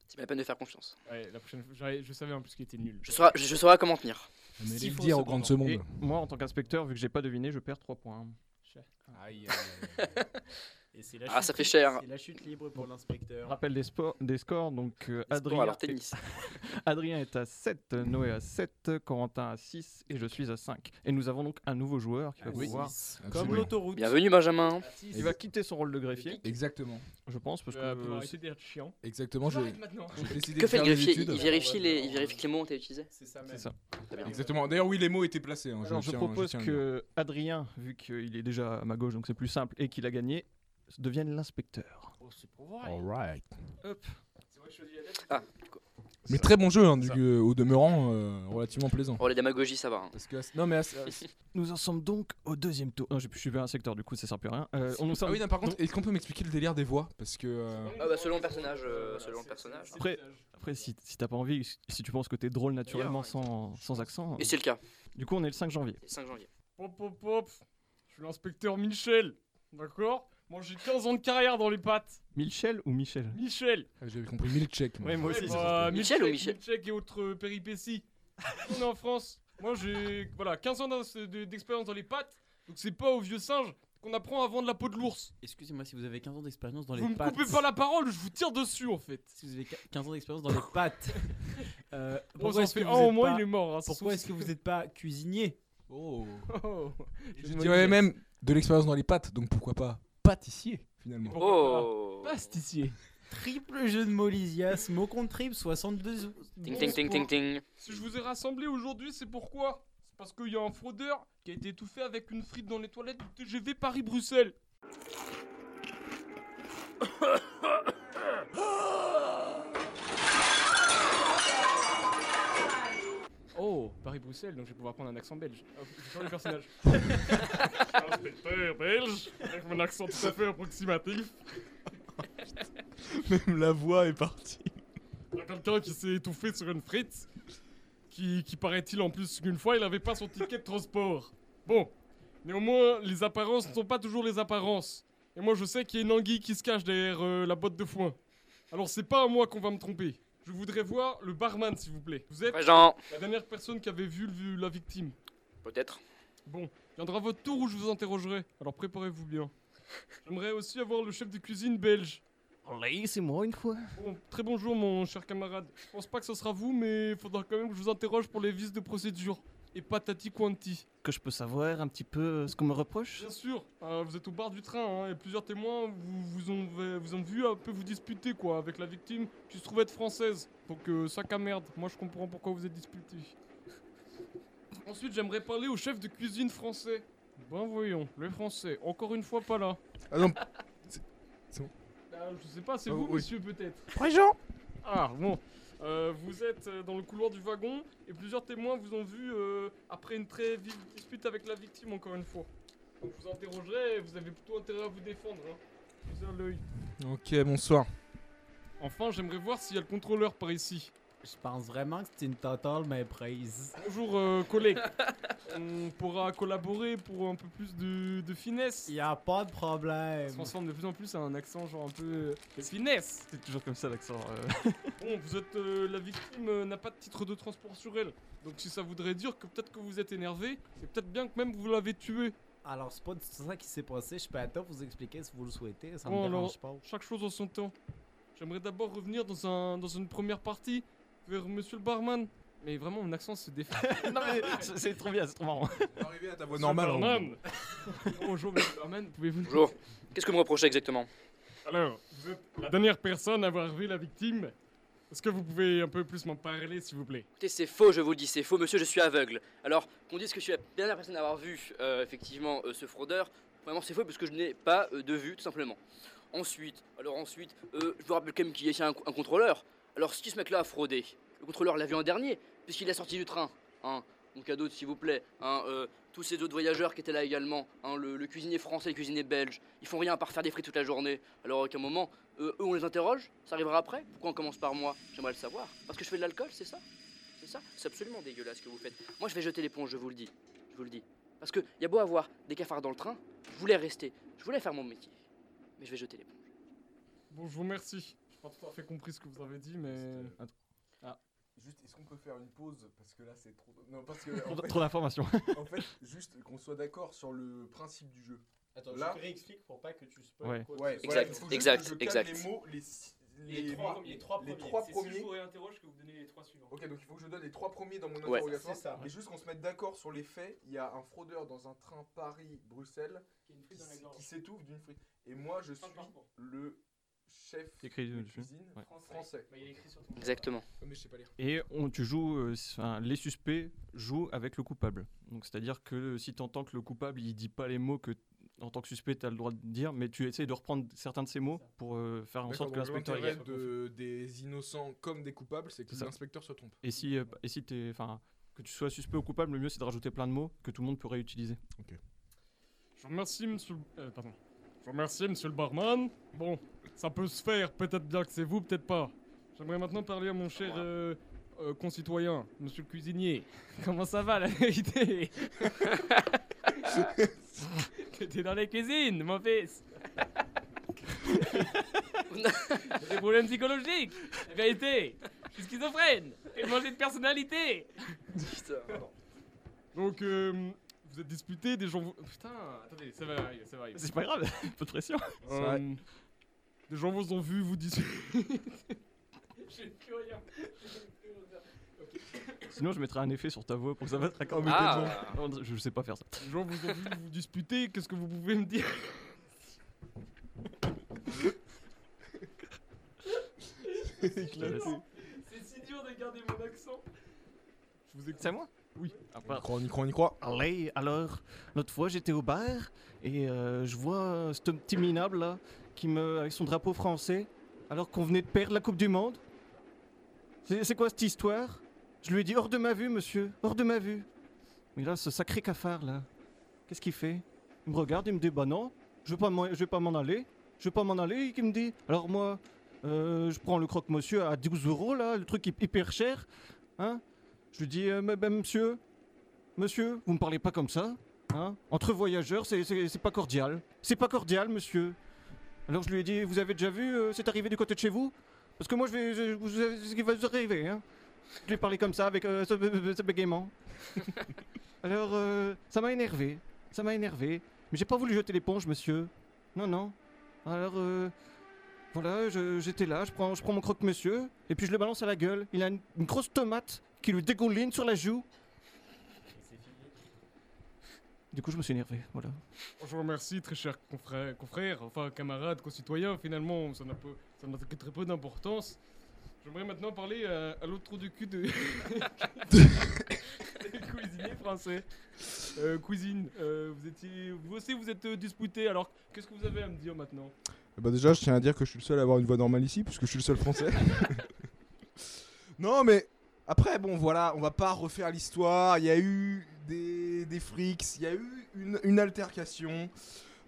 [SPEAKER 4] C'est pas la peine de faire confiance.
[SPEAKER 8] Ouais, la prochaine fois, j'aurais- je savais en plus qu'il était nul.
[SPEAKER 4] Je saurai, je, je saurai comment tenir.
[SPEAKER 2] Mais
[SPEAKER 8] S'il
[SPEAKER 2] les
[SPEAKER 8] faut,
[SPEAKER 2] dire aux
[SPEAKER 8] cependant.
[SPEAKER 2] grandes secondes.
[SPEAKER 6] Et moi, en tant qu'inspecteur, vu que j'ai pas deviné, je perds 3 points.
[SPEAKER 7] Aïe,
[SPEAKER 5] Et c'est la
[SPEAKER 4] Ah,
[SPEAKER 5] chute
[SPEAKER 4] ça fait
[SPEAKER 5] libre-
[SPEAKER 4] cher.
[SPEAKER 5] C'est la chute libre pour
[SPEAKER 7] Ah,
[SPEAKER 5] l'inspecteur.
[SPEAKER 6] Rappel des, sports, des scores, donc euh,
[SPEAKER 4] Bon,
[SPEAKER 6] Adrien,
[SPEAKER 4] alors tennis.
[SPEAKER 6] Adrien est à 7, Noé à 7, Corentin à 6 et je suis à 5. Et nous avons donc un nouveau joueur
[SPEAKER 7] Ah
[SPEAKER 6] qui va pouvoir...
[SPEAKER 5] Comme l'autoroute.
[SPEAKER 4] Bienvenue Benjamin.
[SPEAKER 6] Il va quitter son rôle de greffier,
[SPEAKER 2] Exactement.
[SPEAKER 6] je pense, parce que...
[SPEAKER 8] Euh,
[SPEAKER 6] euh,
[SPEAKER 8] pour
[SPEAKER 6] c'est-
[SPEAKER 8] arrêter d'être chiant.
[SPEAKER 2] Exactement, j'ai
[SPEAKER 8] J'arrête maintenant.
[SPEAKER 2] j'ai décidé
[SPEAKER 4] Que
[SPEAKER 2] de
[SPEAKER 4] fait
[SPEAKER 2] faire
[SPEAKER 4] le
[SPEAKER 2] des
[SPEAKER 4] greffier
[SPEAKER 2] études.
[SPEAKER 4] Il vérifie les, il vérifie que les mots ont été utilisés.
[SPEAKER 7] C'est ça
[SPEAKER 6] c'est
[SPEAKER 7] même.
[SPEAKER 6] ça.
[SPEAKER 2] Exactement. D'ailleurs, oui, les mots étaient placés. hein,
[SPEAKER 6] Alors je
[SPEAKER 2] tiens-
[SPEAKER 6] propose
[SPEAKER 2] tiens à le dire.
[SPEAKER 6] que Adrien, vu qu'il est déjà à ma gauche, donc c'est plus simple, et qu'il a gagné, devienne l'inspecteur.
[SPEAKER 8] Oh, c'est pour voir.
[SPEAKER 2] Alright.
[SPEAKER 4] Ah,
[SPEAKER 2] Mais très bon jeu, hein, du,
[SPEAKER 10] Ça.
[SPEAKER 2] euh, au demeurant, euh, relativement plaisant.
[SPEAKER 4] Oh, la démagogie, ça va. hein.
[SPEAKER 2] Parce que, non, mais. à- à-
[SPEAKER 9] Nous en sommes donc au deuxième tour. Non, j'ai- je suis vers un secteur, du coup, ça sert plus à rien. Euh, on nous
[SPEAKER 2] Ah
[SPEAKER 9] sommes-
[SPEAKER 2] oui, non, par contre, est-ce qu'on peut m'expliquer le délire des voix Parce que. euh,
[SPEAKER 4] Ah bah, selon le personnage, euh, selon le personnage.
[SPEAKER 9] Après, après si, si t'as pas envie, si- si tu penses que t'es drôle naturellement sans, sans accent.
[SPEAKER 4] Et c'est le cas,
[SPEAKER 9] Du coup, on est le 5 janvier.
[SPEAKER 4] c'est le 5 janvier.
[SPEAKER 8] Pop, pop, pop. Je suis l'inspecteur Michel. D'accord Moi, j'ai 15 ans de carrière dans les pattes.
[SPEAKER 9] Michel ou Michel
[SPEAKER 8] Michel.
[SPEAKER 2] ah, J'avais compris Milkshake. moi.
[SPEAKER 9] moi
[SPEAKER 8] Ouais, bah,
[SPEAKER 4] Michel ou Michel
[SPEAKER 8] Milchek et autres euh, péripéties. on est en France. Moi, j'ai voilà, 15 ans d'ins- de- d'expérience dans les pattes. Donc, c'est pas aux vieux singes qu'on apprend à vendre la peau de l'ours.
[SPEAKER 7] Excusez-moi si vous avez 15 ans d'expérience dans
[SPEAKER 8] Vous
[SPEAKER 7] les
[SPEAKER 8] me
[SPEAKER 7] pattes.
[SPEAKER 8] coupez pas la parole, je vous tire dessus en fait.
[SPEAKER 7] Si vous avez qu- 15 ans d'expérience dans les pattes. Euh,
[SPEAKER 8] On
[SPEAKER 5] Pourquoi
[SPEAKER 8] s'en
[SPEAKER 5] est-ce que
[SPEAKER 8] Oh, fait un
[SPEAKER 5] vous êtes
[SPEAKER 8] au moins,
[SPEAKER 5] pas-
[SPEAKER 8] il est mort. hein, sans
[SPEAKER 5] Pourquoi est-ce
[SPEAKER 8] souci.
[SPEAKER 5] que vous n'êtes pas cuisinier
[SPEAKER 2] Oh.
[SPEAKER 8] Oh.
[SPEAKER 2] Je dirais même de l'expérience dans les pattes, donc pourquoi pas pâtissier, finalement.
[SPEAKER 4] Oh
[SPEAKER 8] Pastissier.
[SPEAKER 5] Triple jeu de mots Lysias, mot contre triple, 62.
[SPEAKER 4] Ting ting ting ting ting.
[SPEAKER 8] Si je vous ai rassemblé aujourd'hui, c'est pourquoi C'est parce qu'il y a un fraudeur qui a été étouffé avec une frite dans les toilettes du TGV Paris-Bruxelles. Oh, Paris-Bruxelles, donc je vais pouvoir prendre un accent belge. Hop, je change le personnage. Inspecteur belge, avec mon accent tout à fait approximatif.
[SPEAKER 2] Même la voix est partie.
[SPEAKER 8] Il y a quelqu'un qui s'est étouffé sur une frite. Qui, qui paraît-il en plus qu'une fois, il n'avait pas son ticket de transport. Bon, néanmoins, les apparences ne sont pas toujours les apparences. Et moi, je sais qu'il y a une anguille qui se cache derrière euh, la botte de foin. Alors, c'est pas à moi qu'on va me tromper. Je voudrais voir le barman, s'il vous plaît. Vous êtes
[SPEAKER 4] Présent,
[SPEAKER 8] la dernière personne qui avait vu le- la victime.
[SPEAKER 4] peut-être.
[SPEAKER 8] Bon, viendra votre tour où je vous interrogerai. Alors, préparez-vous bien. J'aimerais aussi avoir le chef de cuisine belge.
[SPEAKER 9] Laissez-moi une fois.
[SPEAKER 8] Bon, très bonjour mon cher camarade. Je pense pas que ce sera vous, mais faudra quand même que je vous interroge pour les vices de procédure. Et patati quanti.
[SPEAKER 9] Que je peux savoir un petit peu euh, ce qu'on me reproche
[SPEAKER 8] Bien sûr, euh, vous êtes au bar du train, hein, et plusieurs témoins vous, vous, ont, vous ont vu un peu vous disputer, quoi, avec la victime qui se trouve être française. Donc, euh, sac à merde, moi je comprends pourquoi vous êtes disputé. Ensuite, j'aimerais parler au chef de cuisine français. Ben voyons, le français, encore une fois pas là.
[SPEAKER 2] Ah non,
[SPEAKER 8] Euh, je sais pas, c'est
[SPEAKER 2] Ah,
[SPEAKER 8] vous,
[SPEAKER 2] oui.
[SPEAKER 8] monsieur, peut-être Présent Ah, bon. Euh, vous êtes euh, dans le couloir du wagon et plusieurs témoins vous ont vu euh, après une très vive dispute avec la victime, encore une fois. Donc je vous interrogerai et vous avez plutôt intérêt à vous défendre. Hein. Vous avez l'œil.
[SPEAKER 2] ok, bonsoir.
[SPEAKER 8] Enfin, j'aimerais voir s'il y a le contrôleur par ici.
[SPEAKER 5] Je pense vraiment que c'est une totale méprise.
[SPEAKER 8] Bonjour, euh, collègue. On pourra collaborer pour un peu plus de, de finesse.
[SPEAKER 5] Il a pas de
[SPEAKER 8] Ça
[SPEAKER 5] problème.
[SPEAKER 8] se transforme de plus en plus à un accent genre un peu... euh, finesse
[SPEAKER 9] C'est toujours comme ça l'accent. euh,
[SPEAKER 8] Bon, vous êtes euh, la victime euh, n'a pas de titre de transport sur elle. Donc si ça voudrait dire que peut-être que vous êtes énervé, c'est peut-être bien que même vous l'avez tué.
[SPEAKER 5] Alors, c'est pas du tout ça qui s'est passé. Je peux à temps vous expliquer si vous le souhaitez. Ça
[SPEAKER 8] Bon,
[SPEAKER 5] me
[SPEAKER 8] alors-
[SPEAKER 5] dérange pas.
[SPEAKER 8] Chaque chose en son temps. J'aimerais d'abord revenir dans un dans une première partie vers monsieur le barman. Mais vraiment mon accent se défend.
[SPEAKER 9] non mais c'est c'est trop bien, c'est trop marrant.
[SPEAKER 2] Arrivé à ta voix normale.
[SPEAKER 8] Barman. Bonjour monsieur le barman, pouvez-vous nous-
[SPEAKER 4] Bonjour. Qu'est-ce que vous me reprochez exactement
[SPEAKER 8] Alors, vous êtes la dernière personne à avoir vu la victime. Est-ce que vous pouvez un peu plus m'en parler s'il vous plaît
[SPEAKER 4] Écoutez, c'est faux, je vous le dis, c'est faux, monsieur, je suis aveugle. Alors, qu'on dise que je suis la dernière personne à avoir vu, euh, effectivement, euh, ce fraudeur, vraiment c'est faux parce que je n'ai pas euh, de vue, tout simplement. Ensuite, alors ensuite, euh, je vous rappelle quand même qu'il y a un, un contrôleur. Alors, si ce mec-là a fraudé, le contrôleur l'a vu en dernier, puisqu'il est sorti du train. Hein, donc à d'autres, s'il vous plaît, hein, euh, tous ces autres voyageurs qui étaient là également, hein, le, le cuisinier français, le cuisinier belge, ils font rien à part faire des frites toute la journée. Alors qu'à un moment, euh, eux on les interroge, ça arrivera après. Pourquoi on commence par moi J'aimerais le savoir. Parce que je fais de l'alcool, c'est ça c'est ça C'est absolument dégueulasse ce que vous faites. Moi, je vais jeter l'éponge, je vous le dis. Je vous le dis. Parce que y a beau avoir des cafards dans le train, je voulais rester, je voulais faire mon métier. Mais je vais jeter l'éponge.
[SPEAKER 8] Bon, je vous remercie. J'ai pas tout à fait compris ce que vous avez dit, mais...
[SPEAKER 10] Juste, est-ce qu'on peut faire une pause Parce que là, c'est trop. Non, parce que.
[SPEAKER 9] Trop, trop d'informations.
[SPEAKER 10] En fait, juste qu'on soit d'accord sur le principe du jeu.
[SPEAKER 7] Attends,
[SPEAKER 10] Là-
[SPEAKER 7] je te réexplique pour pas que tu spoil.
[SPEAKER 9] Ouais.
[SPEAKER 7] quoi que
[SPEAKER 10] Ouais,
[SPEAKER 7] ce soit.
[SPEAKER 10] voilà,
[SPEAKER 4] Exact,
[SPEAKER 10] il faut juste
[SPEAKER 4] exact,
[SPEAKER 10] que je calme
[SPEAKER 4] exact.
[SPEAKER 10] Les mots, les, six-
[SPEAKER 7] Les, trois, les trois premiers.
[SPEAKER 10] les trois
[SPEAKER 8] C'est si je
[SPEAKER 10] premiers.
[SPEAKER 8] vous réinterroge que vous donnez les trois suivants.
[SPEAKER 10] Ok, donc il faut que je donne les trois premiers dans mon
[SPEAKER 4] Ouais.
[SPEAKER 10] interrogatoire.
[SPEAKER 7] C'est ça.
[SPEAKER 10] Et juste qu'on se mette d'accord sur les faits. Il y a un fraudeur dans un train Paris-Bruxelles qui, s- qui s'étouffe d'une frite. Et moi, je suis le chef
[SPEAKER 9] Écrit
[SPEAKER 10] de
[SPEAKER 9] dessus.
[SPEAKER 10] cuisine
[SPEAKER 9] Ouais.
[SPEAKER 10] français.
[SPEAKER 8] Bah,
[SPEAKER 4] Exactement.
[SPEAKER 2] Mais je sais pas lire.
[SPEAKER 9] Et on, tu joues, euh, s- enfin, les suspects jouent avec le coupable. Donc c'est-à-dire que si tu entends que le coupable il dit pas les mots que
[SPEAKER 6] en tant que suspect, tu as le droit de dire, mais tu essayes de reprendre certains de ces mots pour euh, faire en
[SPEAKER 2] D'accord,
[SPEAKER 6] sorte que
[SPEAKER 2] donc
[SPEAKER 6] l'inspecteur y
[SPEAKER 2] l'intérêt
[SPEAKER 6] aille.
[SPEAKER 2] de- des innocents comme des coupables, c'est que
[SPEAKER 6] C'est ça.
[SPEAKER 2] l'inspecteur se trompe.
[SPEAKER 6] Et si, euh, et si t'es- enfin, que tu sois suspect ou coupable, le mieux c'est de rajouter plein de mots que tout le monde peut réutiliser.
[SPEAKER 8] Je vous remercie, monsieur. le- euh, pardon. Je vous remercie, monsieur le barman. Bon, ça peut se faire. Peut-être bien que c'est vous, peut-être pas. J'aimerais maintenant parler à mon cher euh, euh, concitoyen, monsieur le cuisinier. Comment ça va, la vérité T'es dans les cuisines, mon fils Des problèmes psychologiques La vérité Je suis schizophrène Et manger de personnalité
[SPEAKER 1] Donc, euh,
[SPEAKER 8] Vous êtes disputé, des gens vous. Putain, attendez, ça va arriver, ça va arriver.
[SPEAKER 6] C'est pas grave, pas de pression.
[SPEAKER 8] Euh, des gens vous ont vu, vous disent. J'ai plus rien.
[SPEAKER 6] Sinon, je mettrai un effet sur ta voix pour que ça va te raccorder.
[SPEAKER 4] Ah.
[SPEAKER 6] Non, Je je sais pas faire ça.
[SPEAKER 8] Les gens vous ont vu vous disputer, qu'est-ce que vous pouvez me dire
[SPEAKER 6] Je te laisse.
[SPEAKER 8] C'est si dur de garder mon accent. Je vous écoute.
[SPEAKER 9] C'est à moi
[SPEAKER 8] Oui.
[SPEAKER 2] On y croit, on y croit, on y croit.
[SPEAKER 9] Allez, alors, l'autre fois j'étais au bar et euh, je vois euh, ce petit minable là qui me, avec son drapeau français alors qu'on venait de perdre la Coupe du Monde. C'est c'est quoi cette histoire Je lui ai dit hors de ma vue, monsieur, hors de ma vue. Mais là, ce sacré cafard là, qu'est-ce qu'il fait Il me regarde, il me dit bah non, je vais pas m'en- je vais pas m'en aller, je vais pas m'en aller. Et il me dit alors moi, euh, je prends le croque-monsieur à 12 euros là, le truc hy- hyper cher, hein Je lui dis euh, mais ben, monsieur. Monsieur, vous me parlez pas comme ça hein Entre voyageurs, c'est- c'est c'est pas cordial. C'est pas cordial, monsieur. Alors je lui ai dit, vous avez déjà vu, euh, c'est arrivé du côté de chez vous Parce que moi, je vais, je- vous savez ce qui va vous arriver. Hein je lui ai parlé comme ça, avec euh, ce, ce- ce bégaiement. Alors, euh, ça m'a énervé. Ça m'a énervé. Mais j'ai pas voulu jeter l'éponge, monsieur. Non, non. Alors, euh, voilà, je- j'étais là, je prends, je prends mon croque-monsieur, et puis je le balance à la gueule. Il a une- une grosse tomate qui lui dégouline sur la joue. Du coup, je me suis énervé, voilà.
[SPEAKER 8] Je vous remercie, très cher confrère, confrère enfin camarade, concitoyen, finalement, ça n'a peu- ça n'a que très peu d'importance. J'aimerais maintenant parler à, à l'autre trou du cul de. cuisinier français. Euh, cuisine, euh, vous, étiez, vous aussi vous êtes euh, disputé, alors qu'est-ce que vous avez à me dire maintenant
[SPEAKER 2] Bah déjà, je tiens à dire que je suis le seul à avoir une voix normale ici, puisque je suis le seul français. non, mais après, bon, voilà, on va pas refaire l'histoire. Il y a eu des, des frics, il y a eu une, une altercation.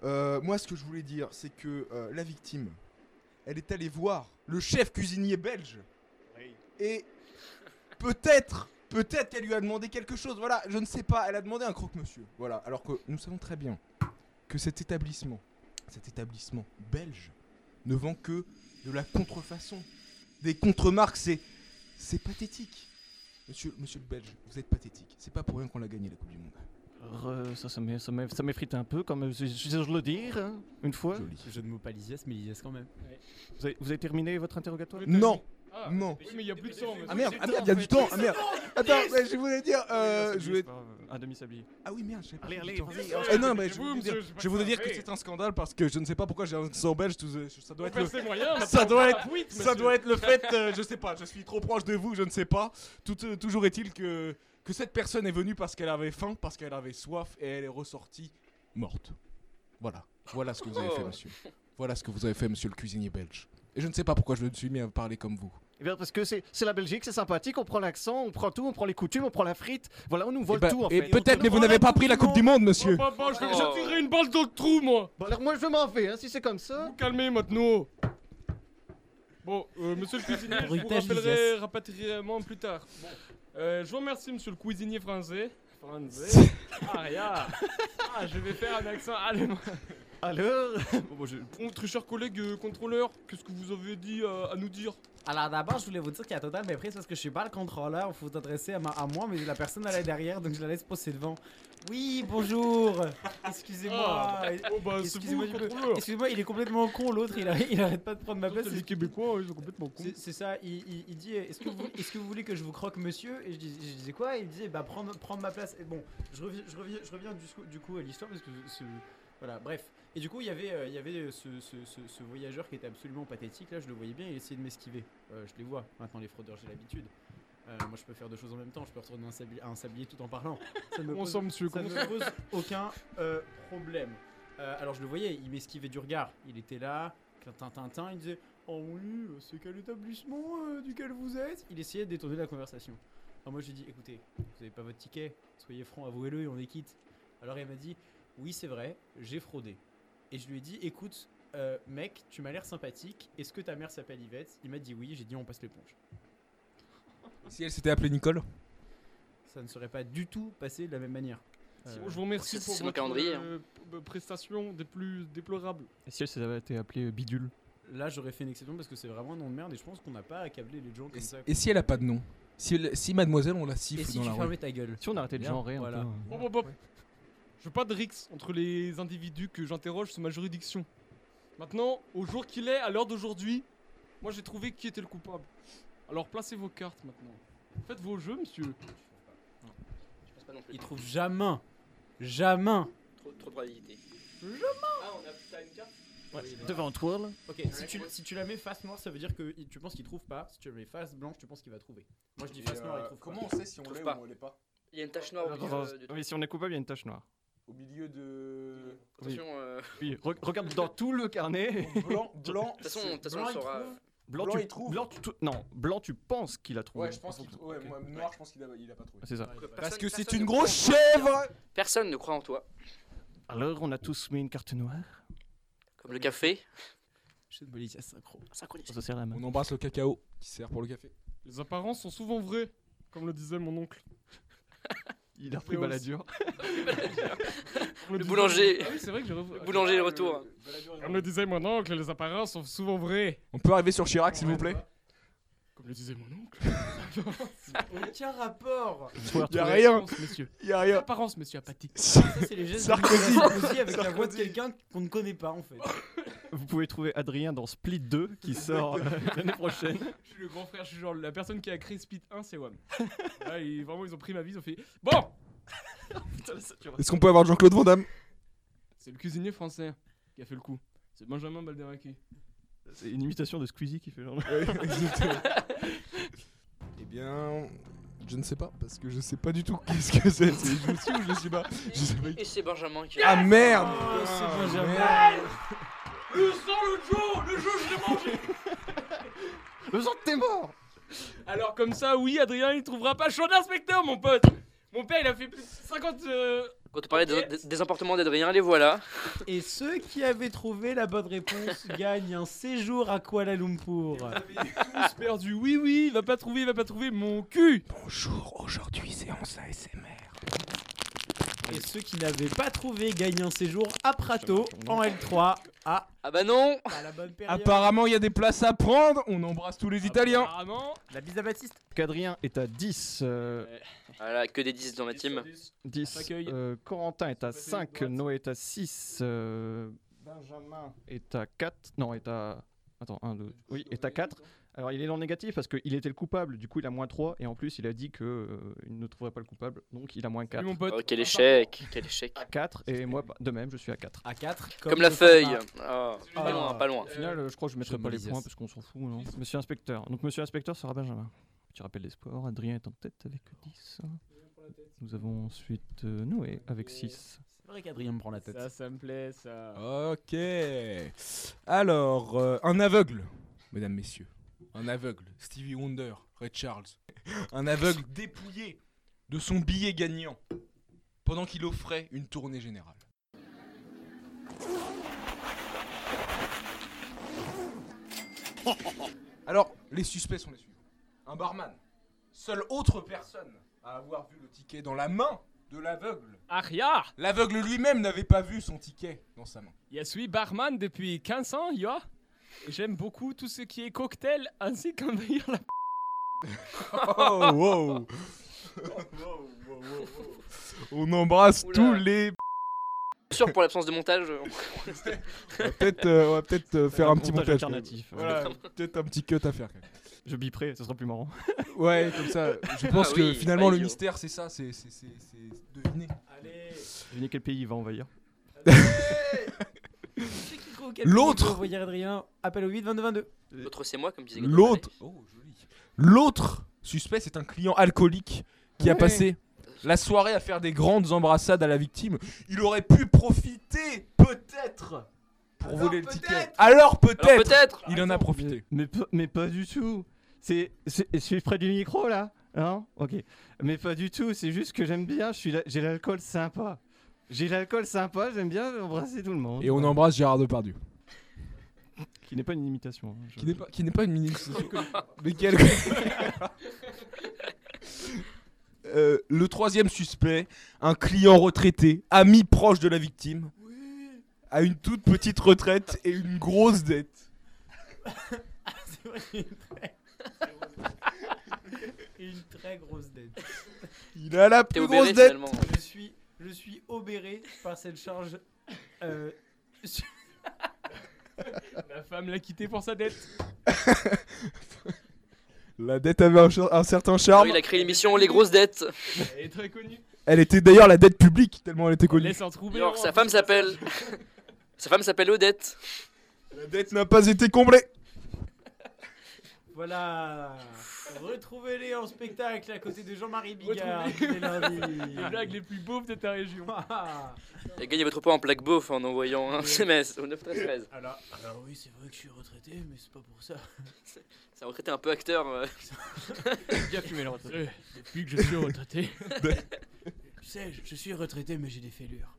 [SPEAKER 2] Euh, moi, ce que je voulais dire, c'est que euh, la victime, elle est allée voir le chef cuisinier belge. Et peut-être, peut-être qu'elle lui a demandé quelque chose. Voilà, je ne sais pas. Elle a demandé un croque-monsieur. Voilà, alors que nous savons très bien que cet établissement cet établissement belge ne vend que de la contrefaçon. Des contre-marques, c'est, c'est pathétique. Monsieur, monsieur le Belge, vous êtes pathétique. C'est pas pour rien qu'on l'a gagné la Coupe du Monde.
[SPEAKER 9] Alors, euh, ça, ça m'eff- ça m'eff- ça m'effrite un peu, comme euh, je je le dire, hein, une fois.
[SPEAKER 2] Joli.
[SPEAKER 7] Je ne mots pas Lysias, mais Lysias quand même.
[SPEAKER 9] Vous avez, vous avez terminé votre interrogatoire
[SPEAKER 2] Non,
[SPEAKER 8] Ah,
[SPEAKER 2] non.
[SPEAKER 8] oui, mais il y a plus de sang.
[SPEAKER 2] Ah merde, ah merde, il y a du temps. Ah merde. Attends, mais je voulais dire, euh, je voulais.
[SPEAKER 6] Un demi-sablier.
[SPEAKER 2] Ah oui merde, je savais pas.
[SPEAKER 9] Allez,
[SPEAKER 2] qu'il y
[SPEAKER 9] allez,
[SPEAKER 2] avait du temps.
[SPEAKER 9] vas-y.
[SPEAKER 2] Eh non, mais je
[SPEAKER 8] Vous,
[SPEAKER 2] voulais
[SPEAKER 8] monsieur,
[SPEAKER 2] dire,
[SPEAKER 8] je sais pas
[SPEAKER 2] je voulais
[SPEAKER 8] ça,
[SPEAKER 2] dire que
[SPEAKER 8] oui.
[SPEAKER 2] c'est un scandale parce que je ne sais pas pourquoi j'ai un accent belge. tout- Ça doit être le
[SPEAKER 8] moyen,
[SPEAKER 2] ça doit être, ça doit être le fait, euh, je sais pas, je suis trop proche de vous, je ne sais pas. Tout, euh, toujours est-il que, que cette personne est venue parce qu'elle avait faim, parce qu'elle avait soif et elle est ressortie morte. Voilà, voilà ce que vous avez fait,
[SPEAKER 4] Oh.
[SPEAKER 2] monsieur. Voilà ce que vous avez fait, monsieur le cuisinier belge. Et je ne sais pas pourquoi je me suis mis à parler comme vous.
[SPEAKER 9] Eh bien, parce que c'est c'est la Belgique, c'est sympathique, on prend l'accent, on prend tout, on prend les coutumes, on prend la frite. Voilà, on nous vole
[SPEAKER 2] et bah-
[SPEAKER 9] tout, en
[SPEAKER 2] et
[SPEAKER 9] fait.
[SPEAKER 2] peut-être, mais vous n'avez pas pris la Coupe du Monde, monsieur.
[SPEAKER 8] je vais je tirerai une balle dans le trou, moi
[SPEAKER 9] Bon, alors moi, je m'en vais, hein, si c'est comme ça.
[SPEAKER 8] Vous calmez maintenant Bon, euh, monsieur le cuisinier, je vous
[SPEAKER 5] Bruitage
[SPEAKER 8] rappellerai
[SPEAKER 5] Lisias.
[SPEAKER 8] rapatriement plus tard. Bon, euh, je vous remercie, monsieur le cuisinier français. Français Ah, ya. Ah, je vais faire un accent allemand.
[SPEAKER 9] Alors,
[SPEAKER 8] Bon, bon, je- Bon, très cher collègue euh, contrôleur, qu'est-ce que vous avez dit euh, à nous dire
[SPEAKER 5] Alors d'abord, je voulais vous dire qu'il y a total méprise parce que je suis pas le contrôleur. Vous vous adressez à, ma- à moi, mais la personne elle est derrière, donc je la laisse passer devant. Oui, bonjour. Excusez-moi. Euh,
[SPEAKER 8] Ah, Oh, bah, c'est vous
[SPEAKER 5] Excusez-moi,
[SPEAKER 8] le
[SPEAKER 5] je peux-
[SPEAKER 8] contrôleur
[SPEAKER 5] Excusez-moi, il est complètement con l'autre. Il, a- il arrête pas de prendre ma place.
[SPEAKER 8] Surtout Les Québécois, ils sont complètement cons.
[SPEAKER 5] C'est c'est ça, il, il- il dit Est-ce que, vous- est-ce que vous voulez que je vous croque, monsieur Et je, dis- je disais quoi Il me disait Bah, prendre, prendre ma place. Et bon, je reviens, je reviens, je reviens du, sco- du coup à l'histoire parce que ce. Voilà, bref. Et du coup, il y avait, euh, il y avait euh, ce, ce- ce- ce voyageur qui était absolument pathétique. Là, je le voyais bien, il essayait de m'esquiver. Euh, je les vois. Maintenant, les fraudeurs, j'ai l'habitude. Euh, moi, je peux faire deux choses en même temps. Je peux retourner un sablier, un sablier tout en parlant. Ça ne me
[SPEAKER 8] On
[SPEAKER 5] pose-
[SPEAKER 8] sent, monsieur,
[SPEAKER 5] ça
[SPEAKER 8] comment
[SPEAKER 5] ne pose aucun euh, problème.
[SPEAKER 7] Euh, alors je le voyais, il m'esquivait du regard. Il était là, tintin, il disait Oh oui, euh, c'est quel établissement euh, duquel vous êtes Il essayait de détourner la conversation. Alors moi je lui ai dit Écoutez, vous n'avez pas votre ticket, soyez franc, avouez-le et on est quitte. Alors il m'a dit Oui, c'est vrai, j'ai fraudé. Et je lui ai dit Écoute, euh, mec, tu m'as l'air sympathique, est-ce que ta mère s'appelle Yvette Il m'a dit Oui, j'ai dit On passe l'éponge.
[SPEAKER 2] Si elle s'était appelée Nicole
[SPEAKER 7] Ça ne serait pas du tout passé de la même manière. Euh,
[SPEAKER 8] Bon, je vous remercie
[SPEAKER 4] c'est-
[SPEAKER 8] pour
[SPEAKER 4] c'est mon
[SPEAKER 8] votre
[SPEAKER 4] calendrier, hein.
[SPEAKER 8] euh, p- prestation des plus déplorables.
[SPEAKER 6] Et si elle s'avait été appelée euh, Bidule
[SPEAKER 7] Là, j'aurais fait une exception parce que c'est vraiment un nom de merde et je pense qu'on n'a pas accablé les gens comme
[SPEAKER 2] Et,
[SPEAKER 7] ça.
[SPEAKER 2] et si elle a pas de nom si, elle- si mademoiselle, on la
[SPEAKER 7] Et
[SPEAKER 2] siffle
[SPEAKER 7] si
[SPEAKER 2] dans
[SPEAKER 7] tu
[SPEAKER 2] la rue.
[SPEAKER 7] fermais ta gueule
[SPEAKER 6] Si on arrêtait de
[SPEAKER 7] Bien,
[SPEAKER 6] genrer un
[SPEAKER 7] voilà.
[SPEAKER 6] peu. hein.
[SPEAKER 8] Bon, bon, bon. Je veux pas de rix entre les individus que j'interroge sous ma juridiction. Maintenant, au jour qu'il est, à l'heure d'aujourd'hui, moi j'ai trouvé qui était le coupable. Alors placez vos cartes maintenant. Faites vos jeux, monsieur.
[SPEAKER 4] Je pense pas non plus.
[SPEAKER 7] Il trouve jamais, jamais.
[SPEAKER 4] Trop, trop de probabilité.
[SPEAKER 9] Devant toi, là.
[SPEAKER 7] Ok, si tu, si tu la mets face noire, ça veut dire que il- tu penses qu'il trouve pas. Si tu la mets face blanche, tu penses qu'il va trouver. Moi, je dis face
[SPEAKER 2] euh,
[SPEAKER 7] noire, il trouve
[SPEAKER 11] euh, Comment on sait si on
[SPEAKER 4] Trouve
[SPEAKER 11] l'est ou
[SPEAKER 4] pas.
[SPEAKER 11] on l'est pas
[SPEAKER 4] Il y a une tache
[SPEAKER 2] Ah,
[SPEAKER 4] noire au
[SPEAKER 6] Attends,
[SPEAKER 4] milieu
[SPEAKER 6] attends,
[SPEAKER 4] euh, de-
[SPEAKER 6] oui, si on est coupable, il y a une tache noire.
[SPEAKER 11] Au milieu de.
[SPEAKER 4] Attention, euh, de
[SPEAKER 6] Oui, re- regarde dans tout le carnet.
[SPEAKER 11] Blanc, blanc.
[SPEAKER 4] toute façon, de
[SPEAKER 11] c'est-
[SPEAKER 4] toute façon,
[SPEAKER 11] blanc,
[SPEAKER 4] on
[SPEAKER 11] il
[SPEAKER 4] saura.
[SPEAKER 11] trouve.
[SPEAKER 6] Blanc,
[SPEAKER 11] Blanc,
[SPEAKER 6] tu
[SPEAKER 11] il trouve.
[SPEAKER 6] Blanc, tu- non, blanc, tu penses qu'il a trouvé.
[SPEAKER 11] Ouais, je pense qu'il. Ouais, moi, noir, je pense qu'il a, il a pas trouvé.
[SPEAKER 6] Ah, C'est ça.
[SPEAKER 2] Parce
[SPEAKER 4] Personne-
[SPEAKER 2] que c'est
[SPEAKER 4] personne
[SPEAKER 2] une
[SPEAKER 4] ne croit en
[SPEAKER 2] grosse
[SPEAKER 4] toi.
[SPEAKER 2] chèvre
[SPEAKER 4] Personne ne croit en toi.
[SPEAKER 9] Alors, on a tous mis une carte noire.
[SPEAKER 4] Comme le café.
[SPEAKER 7] Je me dis, synchro.
[SPEAKER 9] On
[SPEAKER 4] Synchronisé.
[SPEAKER 9] se serre la main.
[SPEAKER 2] On embrasse le cacao qui sert pour le café.
[SPEAKER 8] Les apparences sont souvent vraies, comme le disait mon oncle.
[SPEAKER 6] Il a repris Balladur.
[SPEAKER 4] Le
[SPEAKER 8] Comme disait-
[SPEAKER 4] boulanger.
[SPEAKER 8] Ah oui, c'est vrai que j'ai revu-
[SPEAKER 4] boulanger, le retour.
[SPEAKER 8] Comme le disait mon oncle, les apparences sont souvent vraies.
[SPEAKER 2] On peut arriver sur Chirac, s'il vous plaît
[SPEAKER 8] Comme le disait mon oncle.
[SPEAKER 7] Aucun rapport.
[SPEAKER 2] Y a rien.
[SPEAKER 8] Apparence, monsieur.
[SPEAKER 2] Il y a rien.
[SPEAKER 8] Apparence, monsieur Apathy.
[SPEAKER 7] Ça, c'est les gestes de
[SPEAKER 2] Sarkozy.
[SPEAKER 7] Nicolas Sarkozy avec la
[SPEAKER 2] Sarkozy.
[SPEAKER 7] voix de quelqu'un qu'on ne connaît pas en fait.
[SPEAKER 6] Vous pouvez trouver Adrien dans Split 2 qui sort euh, l'année prochaine.
[SPEAKER 8] Je suis le grand frère, je suis genre la personne qui a créé Split 1, c'est Wam. Là, ils- vraiment, ils ont pris ma vie, ils ont fait Bon
[SPEAKER 2] Est-ce qu'on peut avoir Jean-Claude Van Damme
[SPEAKER 8] C'est le cuisinier français qui a fait le coup. C'est Benjamin Balderaki.
[SPEAKER 6] C'est une imitation de Squeezie qui fait genre.
[SPEAKER 2] Eh bien, je ne sais pas, parce que je sais pas du tout qu'est-ce que c'est. C'est- Je suis ou je suis pas Je sais pas.
[SPEAKER 4] Et c'est Benjamin qui.
[SPEAKER 2] Ah merde
[SPEAKER 7] c'est
[SPEAKER 2] Putain,
[SPEAKER 7] Benjamin.
[SPEAKER 2] merde.
[SPEAKER 8] Le sang, le Joe Le jeu, je l'ai mangé
[SPEAKER 6] Le sang t'es mort
[SPEAKER 8] Alors, comme ça, oui, Adrien, il trouvera pas chaud d'inspecteur, mon pote Mon père, il a fait plus de 50. euh,
[SPEAKER 4] Quand on parlait des, des- des emportements d'Adrien, les voilà.
[SPEAKER 7] Et ceux qui avaient trouvé la bonne réponse gagnent un séjour à Kuala Lumpur.
[SPEAKER 8] tous perdus. Oui, oui, il va pas trouver, il va pas trouver mon cul
[SPEAKER 2] Bonjour, aujourd'hui séance ASMR.
[SPEAKER 7] Et ceux qui n'avaient pas trouvé gagnent un séjour à Prato en L3 à
[SPEAKER 4] Ah bah non
[SPEAKER 7] à la bonne période.
[SPEAKER 2] Apparemment, il y a des places à prendre. On embrasse tous les Italiens.
[SPEAKER 8] Apparemment,
[SPEAKER 7] La bise à Baptiste.
[SPEAKER 6] Adrien est à 10. euh,
[SPEAKER 4] Voilà, que des 10 dans ma team.
[SPEAKER 6] 10.
[SPEAKER 8] Accueil.
[SPEAKER 6] euh, Corentin est à
[SPEAKER 8] Passer
[SPEAKER 6] 5.
[SPEAKER 8] droite.
[SPEAKER 6] Noé est à 6. euh, Benjamin est à 4. Non, est à. Attends, 1, 2. Oui, est à 4. Alors, il est dans le négatif parce qu'il était le coupable. Du coup, il a moins 3. Et en plus, il a dit qu'il ne trouverait pas le coupable. Donc, il a moins 4.
[SPEAKER 8] mon pote.
[SPEAKER 4] Oh, quel échec Quel
[SPEAKER 5] Ah,
[SPEAKER 4] échec.
[SPEAKER 6] À 4. Et moi, de même, je suis à 4.
[SPEAKER 7] À 4.
[SPEAKER 4] Comme la feuille. Oh, pas
[SPEAKER 7] Ah.
[SPEAKER 4] loin, pas loin.
[SPEAKER 6] Au final, euh, je crois que je mettrai
[SPEAKER 7] je
[SPEAKER 6] pas les
[SPEAKER 7] me
[SPEAKER 6] points
[SPEAKER 7] lisais.
[SPEAKER 6] parce qu'on s'en fout. non Monsieur Inspecteur. Donc, Monsieur Inspecteur sera Benjamin. Petit rappel des sports. Adrien est en tête avec 10. Nous avons ensuite euh, Noé avec 6.
[SPEAKER 7] C'est vrai qu'Adrien me prend la tête.
[SPEAKER 5] Ça, ça me plaît, ça.
[SPEAKER 2] Ok. Alors, euh, un aveugle, mesdames, messieurs. Un aveugle, Stevie Wonder, Ray Charles. Un aveugle dépouillé de son billet gagnant pendant qu'il offrait une tournée générale. Alors, les suspects sont les suivants. Un barman, seule autre personne à avoir vu le ticket dans la main de l'aveugle.
[SPEAKER 8] Ah, Aria
[SPEAKER 2] L'aveugle lui-même n'avait pas vu son ticket dans sa main.
[SPEAKER 8] Je suis barman depuis 15 ans, yo. Et J'aime beaucoup tout ce qui est cocktail ainsi qu'un verre la
[SPEAKER 2] Oh, wow. On embrasse
[SPEAKER 4] Oula.
[SPEAKER 2] tous les.
[SPEAKER 4] Sûr pour l'absence de montage. euh,
[SPEAKER 2] On va peut-être, euh, on va peut-être euh, faire un petit montage. quand même.
[SPEAKER 6] alternatif.
[SPEAKER 2] Voilà, peut-être un petit cut à faire. quand même.
[SPEAKER 6] Je biperai, ce sera plus marrant.
[SPEAKER 2] Ouais, comme ça. Je pense
[SPEAKER 4] Ah
[SPEAKER 2] que
[SPEAKER 4] oui,
[SPEAKER 2] finalement
[SPEAKER 4] pas
[SPEAKER 2] le
[SPEAKER 4] idiot.
[SPEAKER 2] mystère, c'est ça, c'est, c'est, c'est, c'est deviner.
[SPEAKER 7] Allez.
[SPEAKER 6] Devinez quel pays il va envahir.
[SPEAKER 2] L'autre.
[SPEAKER 7] Vous voyez Adrien, appel au 8 22 22.
[SPEAKER 5] Euh,
[SPEAKER 4] L'autre, c'est moi, comme disait Gaëtan
[SPEAKER 2] L'autre. Oh, joli. L'autre suspect, c'est un client alcoolique qui a
[SPEAKER 6] Ouais.
[SPEAKER 2] passé
[SPEAKER 4] Barret.
[SPEAKER 2] la soirée à faire des grandes embrassades à la victime. Il aurait pu profiter, peut-être, pour voler le ticket. Alors
[SPEAKER 4] Alors
[SPEAKER 2] peut-être
[SPEAKER 4] peut-être
[SPEAKER 2] Il en a profité.
[SPEAKER 6] Mais, pas- mais pas du tout. C'est, c'est- je suis près du micro là Hein Ok. Mais pas du tout. C'est juste que j'aime bien. Je suis, la- j'ai l'alcool sympa. J'ai l'alcool sympa. J'aime bien embrasser tout le monde.
[SPEAKER 2] Et on embrasse Gérard Depardieu.
[SPEAKER 6] Qui n'est pas une imitation. hein, je-
[SPEAKER 2] Qui n'est pas, qui n'est pas une ministre. mais quel. Euh, le troisième suspect, un client retraité, ami proche de la victime, a une toute petite retraite et une grosse dette.
[SPEAKER 5] C'est vrai qu'il y a une très- une très grosse dette.
[SPEAKER 2] Il a la
[SPEAKER 4] T'es
[SPEAKER 2] plus grosse
[SPEAKER 4] obéré
[SPEAKER 2] dette.
[SPEAKER 4] finalement.
[SPEAKER 5] Je suis, je suis obéré par cette charge. euh, sur-
[SPEAKER 8] La femme l'a quitté pour sa dette.
[SPEAKER 2] La dette avait un, char- un certain
[SPEAKER 4] Alors,
[SPEAKER 2] charme.
[SPEAKER 4] il a créé l'émission Les grosses dettes.
[SPEAKER 8] Elle est très connue.
[SPEAKER 2] Elle était d'ailleurs la dette publique, tellement elle était connue.
[SPEAKER 8] Laisse en trouver.
[SPEAKER 4] Alors,
[SPEAKER 8] un.
[SPEAKER 4] sa femme s'appelle. Sa femme s'appelle Odette.
[SPEAKER 2] La dette n'a pas été comblée.
[SPEAKER 5] voilà. Retrouvez-les en spectacle à côté de Jean-Marie Bigard. tous les lundis.
[SPEAKER 8] Les blagues les plus beaufs de ta région.
[SPEAKER 5] Ah.
[SPEAKER 4] Et gagnez votre poids en plaque beauf en envoyant un SMS au 913.
[SPEAKER 5] Alors, alors oui, c'est vrai que je suis retraité, mais c'est pas pour ça.
[SPEAKER 4] Ça retraité un peu acteur. euh.
[SPEAKER 8] Bien fumé le retraité. Depuis que je suis retraité.
[SPEAKER 5] Tu sais, je, je suis retraité, mais j'ai des fêlures.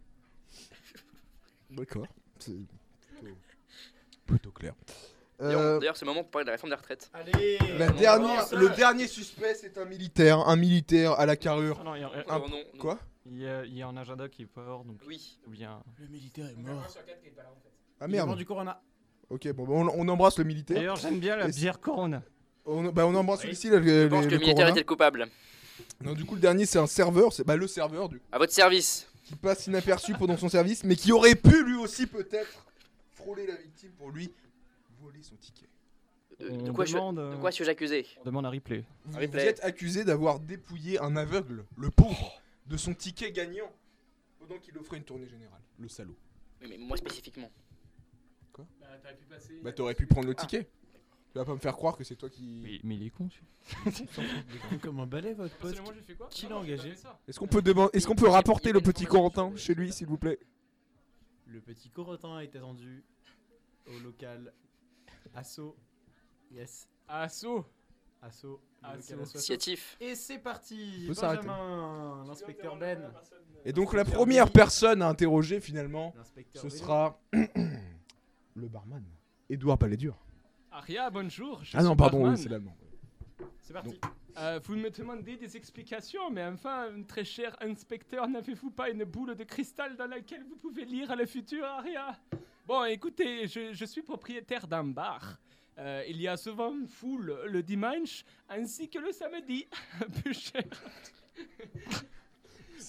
[SPEAKER 2] D'accord. C'est plutôt, plutôt clair.
[SPEAKER 4] D'ailleurs,
[SPEAKER 2] Euh,
[SPEAKER 4] D'ailleurs, c'est le moment pour parler de la réforme de la retraite.
[SPEAKER 5] Allez.
[SPEAKER 2] la
[SPEAKER 4] on
[SPEAKER 2] dernière,
[SPEAKER 5] commence.
[SPEAKER 2] le dernier suspect, c'est un militaire. Un militaire à la carrure.
[SPEAKER 6] Ah non, il y, a,
[SPEAKER 2] Un-
[SPEAKER 4] Non, non, non.
[SPEAKER 2] Quoi
[SPEAKER 6] il y a- il y a un agenda qui est pas hors, donc
[SPEAKER 4] Oui.
[SPEAKER 6] ou bien.
[SPEAKER 5] Le militaire est mort.
[SPEAKER 2] Ah
[SPEAKER 5] Il est mort
[SPEAKER 2] merde.
[SPEAKER 5] du corona.
[SPEAKER 2] Ok, bon, bah, on, on embrasse le militaire.
[SPEAKER 6] D'ailleurs, j'aime bien la
[SPEAKER 2] Et-
[SPEAKER 6] bière Corona.
[SPEAKER 2] On, bah, on embrasse celui-ci.
[SPEAKER 4] Je pense que le militaire était le coupable.
[SPEAKER 2] Non, du coup, le dernier, c'est un serveur. C'est bah, le serveur du coup,
[SPEAKER 4] À votre service.
[SPEAKER 2] qui passe inaperçu pendant son service, mais qui aurait pu lui aussi peut-être frôler la victime pour lui voler son ticket.
[SPEAKER 4] Euh,
[SPEAKER 6] On
[SPEAKER 4] de, quoi je,
[SPEAKER 6] demande,
[SPEAKER 4] de
[SPEAKER 6] euh,
[SPEAKER 4] quoi suis-je accusé
[SPEAKER 6] on demande un replay.
[SPEAKER 2] Vous,
[SPEAKER 4] Replay.
[SPEAKER 2] vous êtes accusé d'avoir dépouillé un aveugle, le pauvre, de son ticket gagnant pendant qu'il offrait une tournée générale. Le salaud.
[SPEAKER 4] Oui, mais moi spécifiquement.
[SPEAKER 8] Bah, t'aurais pu passer.
[SPEAKER 2] Bah, t'aurais pu
[SPEAKER 4] Ah.
[SPEAKER 2] prendre le ticket. Tu vas pas me faire croire que c'est toi qui.
[SPEAKER 6] Mais, mais il est con. celui-là.
[SPEAKER 5] Comme un balai, votre pote.
[SPEAKER 8] Personnellement, j'ai fait quoi
[SPEAKER 5] Qui
[SPEAKER 8] Non,
[SPEAKER 5] l'a
[SPEAKER 8] j'ai pas
[SPEAKER 5] engagé
[SPEAKER 8] fait ça.
[SPEAKER 2] Est-ce qu'on peut, deman- est-ce qu'on peut rapporter le petit Corentin chez lui, s'il vous plaît
[SPEAKER 5] Le petit Corotin est attendu au local Asso. Yes,
[SPEAKER 8] Assaut.
[SPEAKER 5] Asso. le
[SPEAKER 8] Asso.
[SPEAKER 5] local Asso, Asso.
[SPEAKER 4] Initiative.
[SPEAKER 5] Et c'est parti
[SPEAKER 2] On peut s'arrêter.
[SPEAKER 5] Benjamin, l'inspecteur Ben.
[SPEAKER 2] Et donc la première personne à interroger finalement,
[SPEAKER 5] L'inspecteur
[SPEAKER 2] ce
[SPEAKER 5] Ben.
[SPEAKER 2] sera le barman, Édouard Palédur.
[SPEAKER 8] Aria, bonjour. je
[SPEAKER 2] Ah non,
[SPEAKER 8] suis
[SPEAKER 2] pardon,
[SPEAKER 8] Batman.
[SPEAKER 2] oui, c'est l'allemand.
[SPEAKER 5] C'est parti.
[SPEAKER 8] Euh, vous me demandez des explications, mais enfin, très cher inspecteur, n'avez-vous pas une boule de cristal dans laquelle vous pouvez lire le futur, Aria Bon, écoutez, je, je suis propriétaire d'un bar. Euh, il y a souvent une foule le dimanche ainsi que le samedi. Plus cher.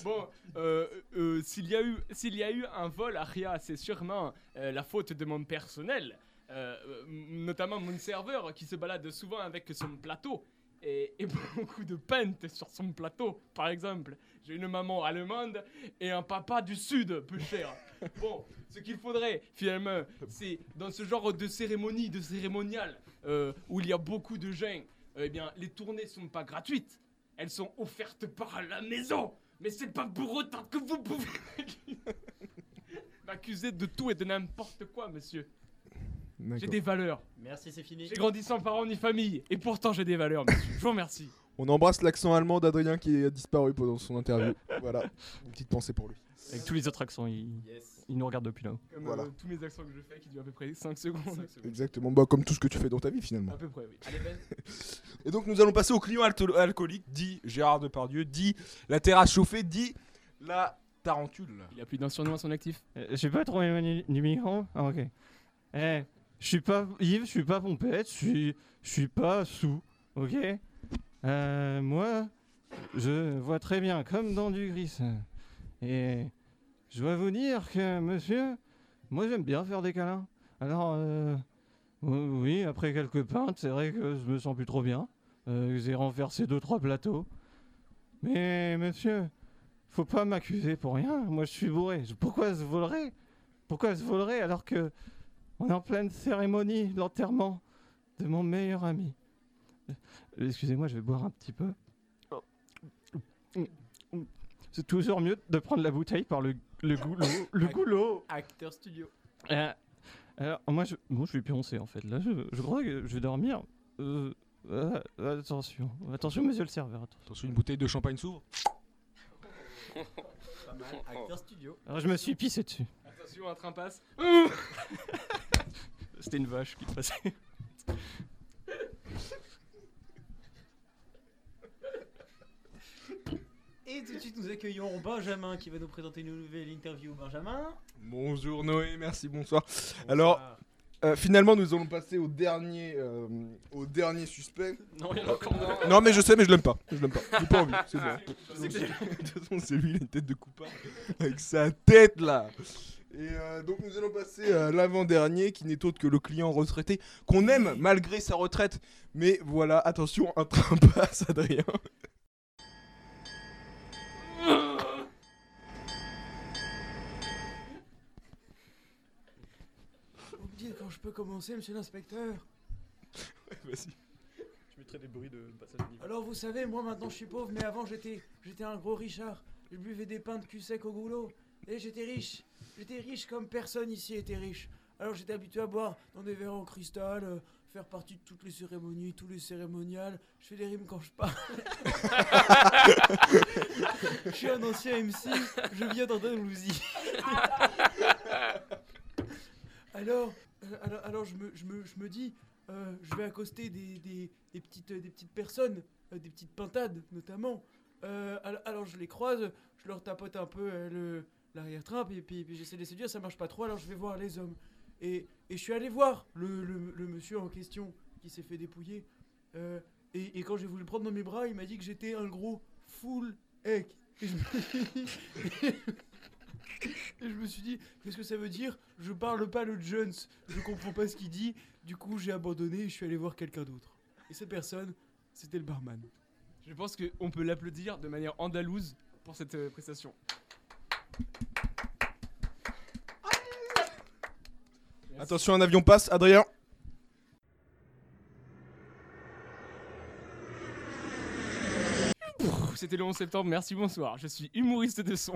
[SPEAKER 8] Bon, euh, euh, s'il y a eu s'il y a eu un vol, Aria, c'est sûrement euh, la faute de mon personnel, Euh, euh, notamment mon serveur qui se balade souvent avec son plateau et, et beaucoup de pentes sur son plateau, par exemple. J'ai une maman allemande et un papa du sud, peu cher. Bon, ce qu'il faudrait, finalement, c'est dans ce genre de cérémonie, de cérémonial, euh, où il y a beaucoup de gens, euh, eh bien, les tournées sont pas gratuites. Elles sont offertes par la maison. Mais c'est pas pour autant que vous pouvez m'accuser de tout et de n'importe quoi, monsieur. J'ai
[SPEAKER 2] D'accord.
[SPEAKER 8] des valeurs.
[SPEAKER 5] Merci, c'est fini.
[SPEAKER 8] J'ai grandi sans parents ni famille. Et pourtant, j'ai des valeurs, monsieur. Je vous remercie.
[SPEAKER 2] On embrasse l'accent allemand d'Adrien qui a disparu pendant son interview. voilà, une petite pensée pour lui.
[SPEAKER 6] Avec tous les autres accents, il,
[SPEAKER 5] Yes.
[SPEAKER 6] il nous regarde depuis là.
[SPEAKER 8] Comme
[SPEAKER 2] Voilà.
[SPEAKER 8] euh, tous mes accents que je fais qui durent à peu près 5 secondes.
[SPEAKER 2] Exactement, bah, comme tout ce que tu fais dans ta vie finalement.
[SPEAKER 8] À peu près, oui.
[SPEAKER 2] Ah Et donc nous allons passer au client alto- alcoolique, dit Gérard Depardieu, dit la terrasse chauffée, dit la tarentule.
[SPEAKER 8] Il a plus d'un surnom à son actif.
[SPEAKER 6] Euh, J'ai pas trop éloigné du micro Ah, ok. Eh, je suis pas Yves, je suis pas pompette, je suis, je suis pas sous, ok Euh, Moi, je vois très bien, comme dans du gris. ça. Et je dois vous dire que, monsieur, moi j'aime bien faire des câlins. Alors, euh, ou- oui, après quelques pintes, c'est vrai que je me sens plus trop bien. Euh, J'ai renversé deux, trois plateaux. Mais, monsieur, faut pas m'accuser pour rien. Moi, je suis bourré. Je- Pourquoi je volerais Pourquoi je volerais alors que on est en pleine cérémonie de l'enterrement de mon meilleur ami Euh, Excusez-moi, je vais boire un petit peu. C'est toujours mieux de prendre la bouteille par le, le goulot. Le goulot.
[SPEAKER 7] Acteur studio.
[SPEAKER 6] Euh, alors, moi, je, moi, je vais pioncer en fait. Là, je, je crois que je vais dormir. Euh, euh, attention, attention, monsieur le serveur. attention.
[SPEAKER 2] Attention, une bouteille de champagne s'ouvre.
[SPEAKER 7] Pas
[SPEAKER 5] Oh.
[SPEAKER 7] mal. Acteur studio.
[SPEAKER 6] Alors, je me suis pissé dessus.
[SPEAKER 8] Attention, un train passe.
[SPEAKER 6] C'était une vache qui passait.
[SPEAKER 5] Et tout de suite, nous accueillons Benjamin qui va nous présenter une nouvelle interview. Benjamin.
[SPEAKER 2] Bonjour Noé, merci, bonsoir. Alors, euh, finalement, nous allons passer au dernier, euh, au dernier suspect.
[SPEAKER 8] Non, il y en a encore un.
[SPEAKER 2] Non, mais je sais, mais je l'aime pas. Je l'aime pas. J'ai pas envie. C'est bon. De toute façon, c'est lui, il a une tête de coupable. Avec sa tête là. Et euh, donc, nous allons passer euh, à l'avant-dernier qui n'est autre que le client retraité qu'on aime malgré sa retraite. Mais voilà, attention, un train passe, Adrien.
[SPEAKER 5] Vous me dites quand je peux commencer, monsieur l'inspecteur
[SPEAKER 2] Vas-y.
[SPEAKER 8] Je mettrai des bruits de passage de niveau.
[SPEAKER 5] Alors vous savez, moi maintenant je suis pauvre, mais avant j'étais j'étais un gros richard. Je buvais des pains de cul sec au goulot. Et j'étais riche. J'étais riche comme personne ici était riche. Alors j'étais habitué à boire dans des verres en cristal, euh, faire partie de toutes les cérémonies, tous les cérémoniales. Je fais des rimes quand je parle. je suis un ancien MC, je viens d'Andalousie. alors, euh, alors, alors je me, je me, je me dis, euh, je vais accoster des, des, des petites, euh, des petites personnes, euh, des petites pintades notamment. Euh, al- alors je les croise, je leur tapote un peu euh, le, l'arrière-train, puis, puis, puis j'essaie de les séduire, ça marche pas trop, alors je vais voir les hommes. Et, et je suis allé voir le, le- le monsieur en question qui s'est fait dépouiller. Euh, et, et quand j'ai voulu le prendre dans mes bras, il m'a dit que j'étais un gros full egg. Et je me, et je me suis dit, qu'est-ce que ça veut dire Je parle pas le Jones, je comprends pas ce qu'il dit. Du coup, j'ai abandonné et je suis allé voir quelqu'un d'autre. Et cette personne, c'était le barman.
[SPEAKER 8] Je pense qu'on peut l'applaudir de manière andalouse pour cette euh, prestation.
[SPEAKER 2] Attention, un avion passe, Adrien.
[SPEAKER 8] Pff, C'était le 11 septembre, merci, bonsoir. Je suis humoriste de son.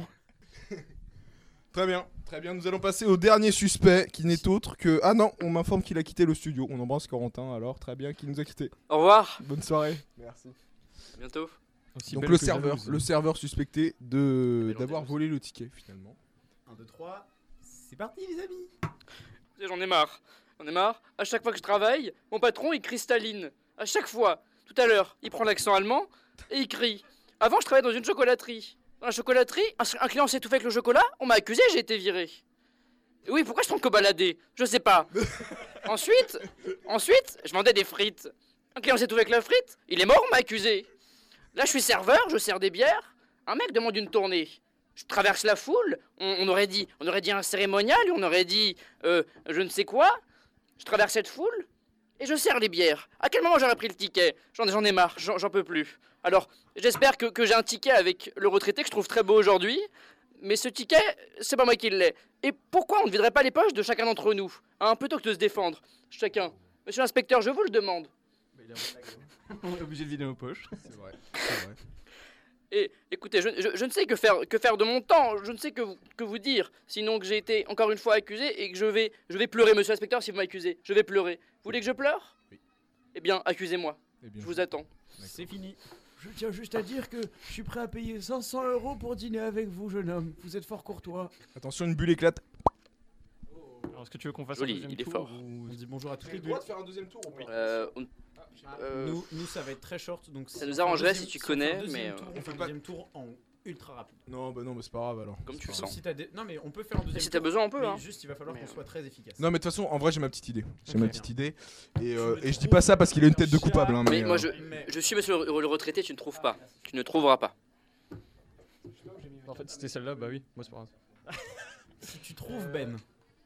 [SPEAKER 2] Très bien, très bien. Nous allons passer au dernier suspect qui n'est autre que. Ah non, on m'informe qu'il a quitté le studio. On embrasse Corentin alors, très bien, qui nous a quitté.
[SPEAKER 4] Au revoir,
[SPEAKER 2] Bonne soirée.
[SPEAKER 4] à bientôt.
[SPEAKER 6] Aussi
[SPEAKER 2] Donc
[SPEAKER 6] belle
[SPEAKER 2] le
[SPEAKER 6] que
[SPEAKER 2] serveur,
[SPEAKER 6] jalouse.
[SPEAKER 2] le serveur suspecté de d'avoir
[SPEAKER 4] jalouse.
[SPEAKER 2] volé le ticket finalement.
[SPEAKER 7] 1, 2, 3. C'est parti, les amis.
[SPEAKER 4] Tu sais, J'en ai marre. J'en ai marre. À chaque fois que je travaille, mon patron, il cristalline. À chaque fois. Tout à l'heure, il prend l'accent allemand et il crie. Avant, je travaillais dans une chocolaterie. Dans la chocolaterie, un, un client s'est étouffé avec le chocolat, on m'a accusé, j'ai été viré. Et Oui, pourquoi je trompe que balader Je sais pas. ensuite, ensuite, je vendais des frites. Un client s'est étouffé avec la frite, il est mort, on m'a accusé. Là, je suis serveur, je sers des bières. Un mec demande une tournée. Je traverse la foule, on, on aurait dit, on aurait dit un cérémonial, on aurait dit euh, je ne sais quoi. Je traverse cette foule et je sers les bières. À quel moment j'aurais pris le ticket J'en j'en ai marre, j'en j'en peux plus. Alors, j'espère que, que j'ai un ticket avec le retraité que je trouve très beau aujourd'hui. Mais ce ticket, c'est pas moi qui l'ai. Et pourquoi on ne viderait pas les poches de chacun d'entre nous hein, Plutôt que de se défendre. Chacun. Monsieur l'inspecteur, je vous le demande.
[SPEAKER 6] On est obligé de vider nos poches.
[SPEAKER 2] C'est vrai.
[SPEAKER 4] Et écoutez, je, je- je ne sais que faire, que faire de mon temps, je ne sais que vous, que vous dire, sinon que j'ai été encore une fois accusé et que je vais, je vais pleurer, monsieur l'inspecteur, si vous m'accusez. Je vais pleurer. Vous voulez que je pleure
[SPEAKER 2] Oui.
[SPEAKER 4] Eh bien, accusez-moi,
[SPEAKER 2] Eh bien,
[SPEAKER 4] je vous attends.
[SPEAKER 7] C'est fini.
[SPEAKER 5] Je tiens juste à dire que je suis prêt à payer 500 euros pour dîner avec vous, jeune homme. Vous êtes fort courtois.
[SPEAKER 2] Attention, une bulle éclate.
[SPEAKER 6] Alors, est-ce que tu veux qu'on fasse
[SPEAKER 4] Joli,
[SPEAKER 6] un deuxième
[SPEAKER 4] il est
[SPEAKER 6] tour
[SPEAKER 4] fort.
[SPEAKER 6] ou-
[SPEAKER 7] On dit bonjour à toutes
[SPEAKER 2] J'ai
[SPEAKER 7] les
[SPEAKER 2] le
[SPEAKER 7] deux.
[SPEAKER 2] droit de faire un deuxième tour ou pas
[SPEAKER 4] Euh, on- euh,
[SPEAKER 7] Nous, nous, ça va être très short. Donc
[SPEAKER 4] ça nous arrangerait si tu connais, mais, euh,
[SPEAKER 7] on
[SPEAKER 2] on
[SPEAKER 7] fait
[SPEAKER 2] fait
[SPEAKER 7] un
[SPEAKER 2] pas-
[SPEAKER 7] deuxième tour en ultra rapide.
[SPEAKER 2] Non, bah non, mais c'est pas grave alors.
[SPEAKER 4] comme tu le
[SPEAKER 7] Sauf
[SPEAKER 4] sens.
[SPEAKER 7] si t'as des... Non, mais on peut faire un deuxième
[SPEAKER 4] Si t'as
[SPEAKER 7] tour.
[SPEAKER 4] besoin, on peut.
[SPEAKER 7] mais
[SPEAKER 4] Hein.
[SPEAKER 7] juste, il va falloir
[SPEAKER 4] Mais,
[SPEAKER 7] qu'on soit très efficace.
[SPEAKER 2] Non, mais de toute façon, en vrai, j'ai ma petite idée. J'ai
[SPEAKER 7] Ok.
[SPEAKER 2] ma petite idée. Et, euh, et je dis pas ça parce qu'il a une tête de coupable. hein, mais,
[SPEAKER 4] Mais moi,
[SPEAKER 2] euh,
[SPEAKER 4] je,
[SPEAKER 7] Mais-
[SPEAKER 4] je suis monsieur le, le retraité, tu ne trouves pas. Tu ne trouveras pas.
[SPEAKER 6] En fait, c'était celle-là, bah oui, moi c'est pas grave.
[SPEAKER 7] Si tu trouves
[SPEAKER 5] Euh.
[SPEAKER 7] Ben,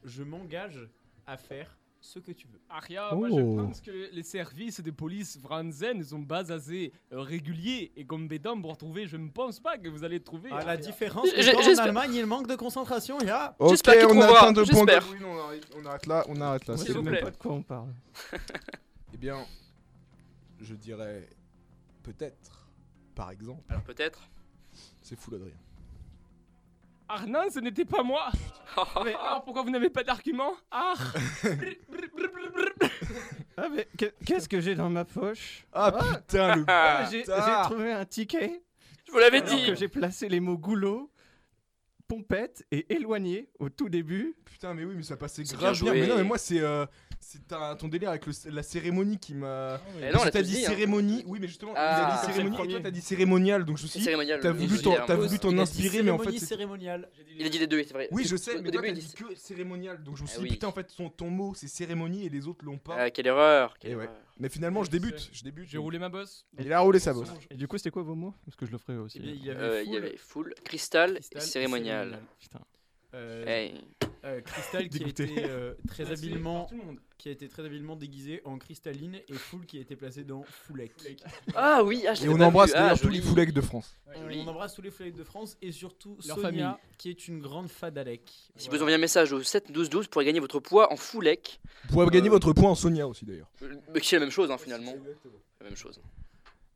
[SPEAKER 7] je m'engage à faire ce que tu veux.
[SPEAKER 8] Ach ja, moi
[SPEAKER 6] Oh.
[SPEAKER 8] je pense que les services de police français sont pas assez euh, réguliers et compétents pour trouver. Je ne pense pas que vous allez trouver.
[SPEAKER 7] Ah, la
[SPEAKER 8] Ach ja.
[SPEAKER 7] différence, c'est
[SPEAKER 4] J'ai-
[SPEAKER 7] qu'en
[SPEAKER 4] j'espère-
[SPEAKER 7] Allemagne, il manque de concentration, il y a...
[SPEAKER 2] Ok,
[SPEAKER 4] J'espère qu'il
[SPEAKER 2] on a
[SPEAKER 4] trouvera,
[SPEAKER 2] atteint deux points.
[SPEAKER 4] j'espère.
[SPEAKER 2] de- Oui, non, on arrête- on arrête là, on arrête là.
[SPEAKER 6] Moi,
[SPEAKER 2] c'est
[SPEAKER 6] je sais
[SPEAKER 4] vous
[SPEAKER 2] bon.
[SPEAKER 6] même
[SPEAKER 4] plaît.
[SPEAKER 6] pas de quoi on parle.
[SPEAKER 2] Eh bien, je dirais peut-être, par exemple,
[SPEAKER 4] Alors peut-être.
[SPEAKER 2] c'est fou l'Adrien.
[SPEAKER 8] Arnaud, ce n'était pas moi Mais alors, pourquoi vous n'avez pas d'argument Ah
[SPEAKER 6] Ah, mais que- qu'est-ce que j'ai dans ma poche
[SPEAKER 2] Ah putain, le.
[SPEAKER 6] Ah, J'ai j'ai
[SPEAKER 2] Putain.
[SPEAKER 6] trouvé un ticket.
[SPEAKER 4] Je vous l'avais
[SPEAKER 6] Alors
[SPEAKER 4] dit
[SPEAKER 6] que j'ai placé les mots goulot, pompette et éloigné au tout début.
[SPEAKER 2] Putain, mais oui, mais ça passait
[SPEAKER 4] C'est
[SPEAKER 2] grave
[SPEAKER 4] bien
[SPEAKER 2] bien. Mais
[SPEAKER 4] joué.
[SPEAKER 2] non, mais moi, c'est. euh, C'est un- ton délire avec le- la cérémonie qui m'a.
[SPEAKER 4] Eh
[SPEAKER 2] Parce
[SPEAKER 4] non,
[SPEAKER 2] que
[SPEAKER 4] on l'a
[SPEAKER 2] t'as
[SPEAKER 4] tous
[SPEAKER 2] dit
[SPEAKER 4] dit, hein.
[SPEAKER 2] cérémonie, oui, mais justement,
[SPEAKER 4] Ah.
[SPEAKER 2] t'as
[SPEAKER 4] Comme c'est
[SPEAKER 2] dit
[SPEAKER 4] le
[SPEAKER 2] cérémonie, et
[SPEAKER 8] premier.
[SPEAKER 2] toi t'as dit cérémonial, donc je me suis dit,
[SPEAKER 4] Cérémonial.
[SPEAKER 2] t'as
[SPEAKER 4] oui,
[SPEAKER 2] voulu
[SPEAKER 4] je
[SPEAKER 2] t'en-
[SPEAKER 4] dirais.
[SPEAKER 2] t'as voulu t'en
[SPEAKER 5] Il a dit
[SPEAKER 2] inspirer, mais en fait.
[SPEAKER 5] cérémonie
[SPEAKER 2] c'est-
[SPEAKER 5] cérémoniale.
[SPEAKER 4] Il a dit les deux, c'est vrai.
[SPEAKER 2] Oui, je
[SPEAKER 4] Au
[SPEAKER 2] sais, mais toi
[SPEAKER 4] début,
[SPEAKER 2] t'as
[SPEAKER 4] il
[SPEAKER 2] dit
[SPEAKER 4] dit-
[SPEAKER 2] que cérémonial, donc je me suis
[SPEAKER 4] Ah
[SPEAKER 2] dit,
[SPEAKER 4] oui.
[SPEAKER 2] putain, en fait, son- ton mot c'est cérémonie et les autres l'ont pas.
[SPEAKER 4] Ah, quelle erreur, quelle
[SPEAKER 2] Eh ouais.
[SPEAKER 4] erreur.
[SPEAKER 2] Mais finalement, je
[SPEAKER 8] Je sais.
[SPEAKER 2] débute, je débute.
[SPEAKER 8] J'ai roulé ma bosse.
[SPEAKER 2] Il a roulé sa bosse.
[SPEAKER 6] Et du coup, c'était quoi vos mots Parce que je le ferai aussi.
[SPEAKER 7] Eh bien, il y
[SPEAKER 4] Euh,
[SPEAKER 7] avait
[SPEAKER 4] Il
[SPEAKER 7] full,
[SPEAKER 4] y avait full, cristal,
[SPEAKER 7] cristal,
[SPEAKER 4] et cérémonial.
[SPEAKER 6] Putain.
[SPEAKER 7] Euh,
[SPEAKER 4] Hey.
[SPEAKER 7] euh, cristal qui a,
[SPEAKER 6] Dégoûté.
[SPEAKER 7] été, euh, très
[SPEAKER 8] Placé
[SPEAKER 7] habilement,
[SPEAKER 8] par tout le monde.
[SPEAKER 7] qui a été très habilement déguisé en cristalline et full qui a été placé dans foulec.
[SPEAKER 4] Ah oui, ah, je
[SPEAKER 2] Et
[SPEAKER 4] l'avais
[SPEAKER 2] on
[SPEAKER 4] pas
[SPEAKER 2] embrasse
[SPEAKER 4] vu. Ah,
[SPEAKER 2] d'ailleurs tous
[SPEAKER 4] joli.
[SPEAKER 2] les foulecs de France.
[SPEAKER 4] Joli.
[SPEAKER 7] On embrasse tous les foulecs de France et surtout
[SPEAKER 8] Leur
[SPEAKER 7] Sonia
[SPEAKER 8] famille.
[SPEAKER 7] qui est une grande fadalec.
[SPEAKER 4] Si vous envoyez un message au 7 12 12 pour gagner votre poids en foulec,
[SPEAKER 2] Vous pouvez gagner
[SPEAKER 4] Euh,
[SPEAKER 2] votre point en Sonia aussi d'ailleurs.
[SPEAKER 4] euh, mais c'est la même chose hein, finalement. La même chose.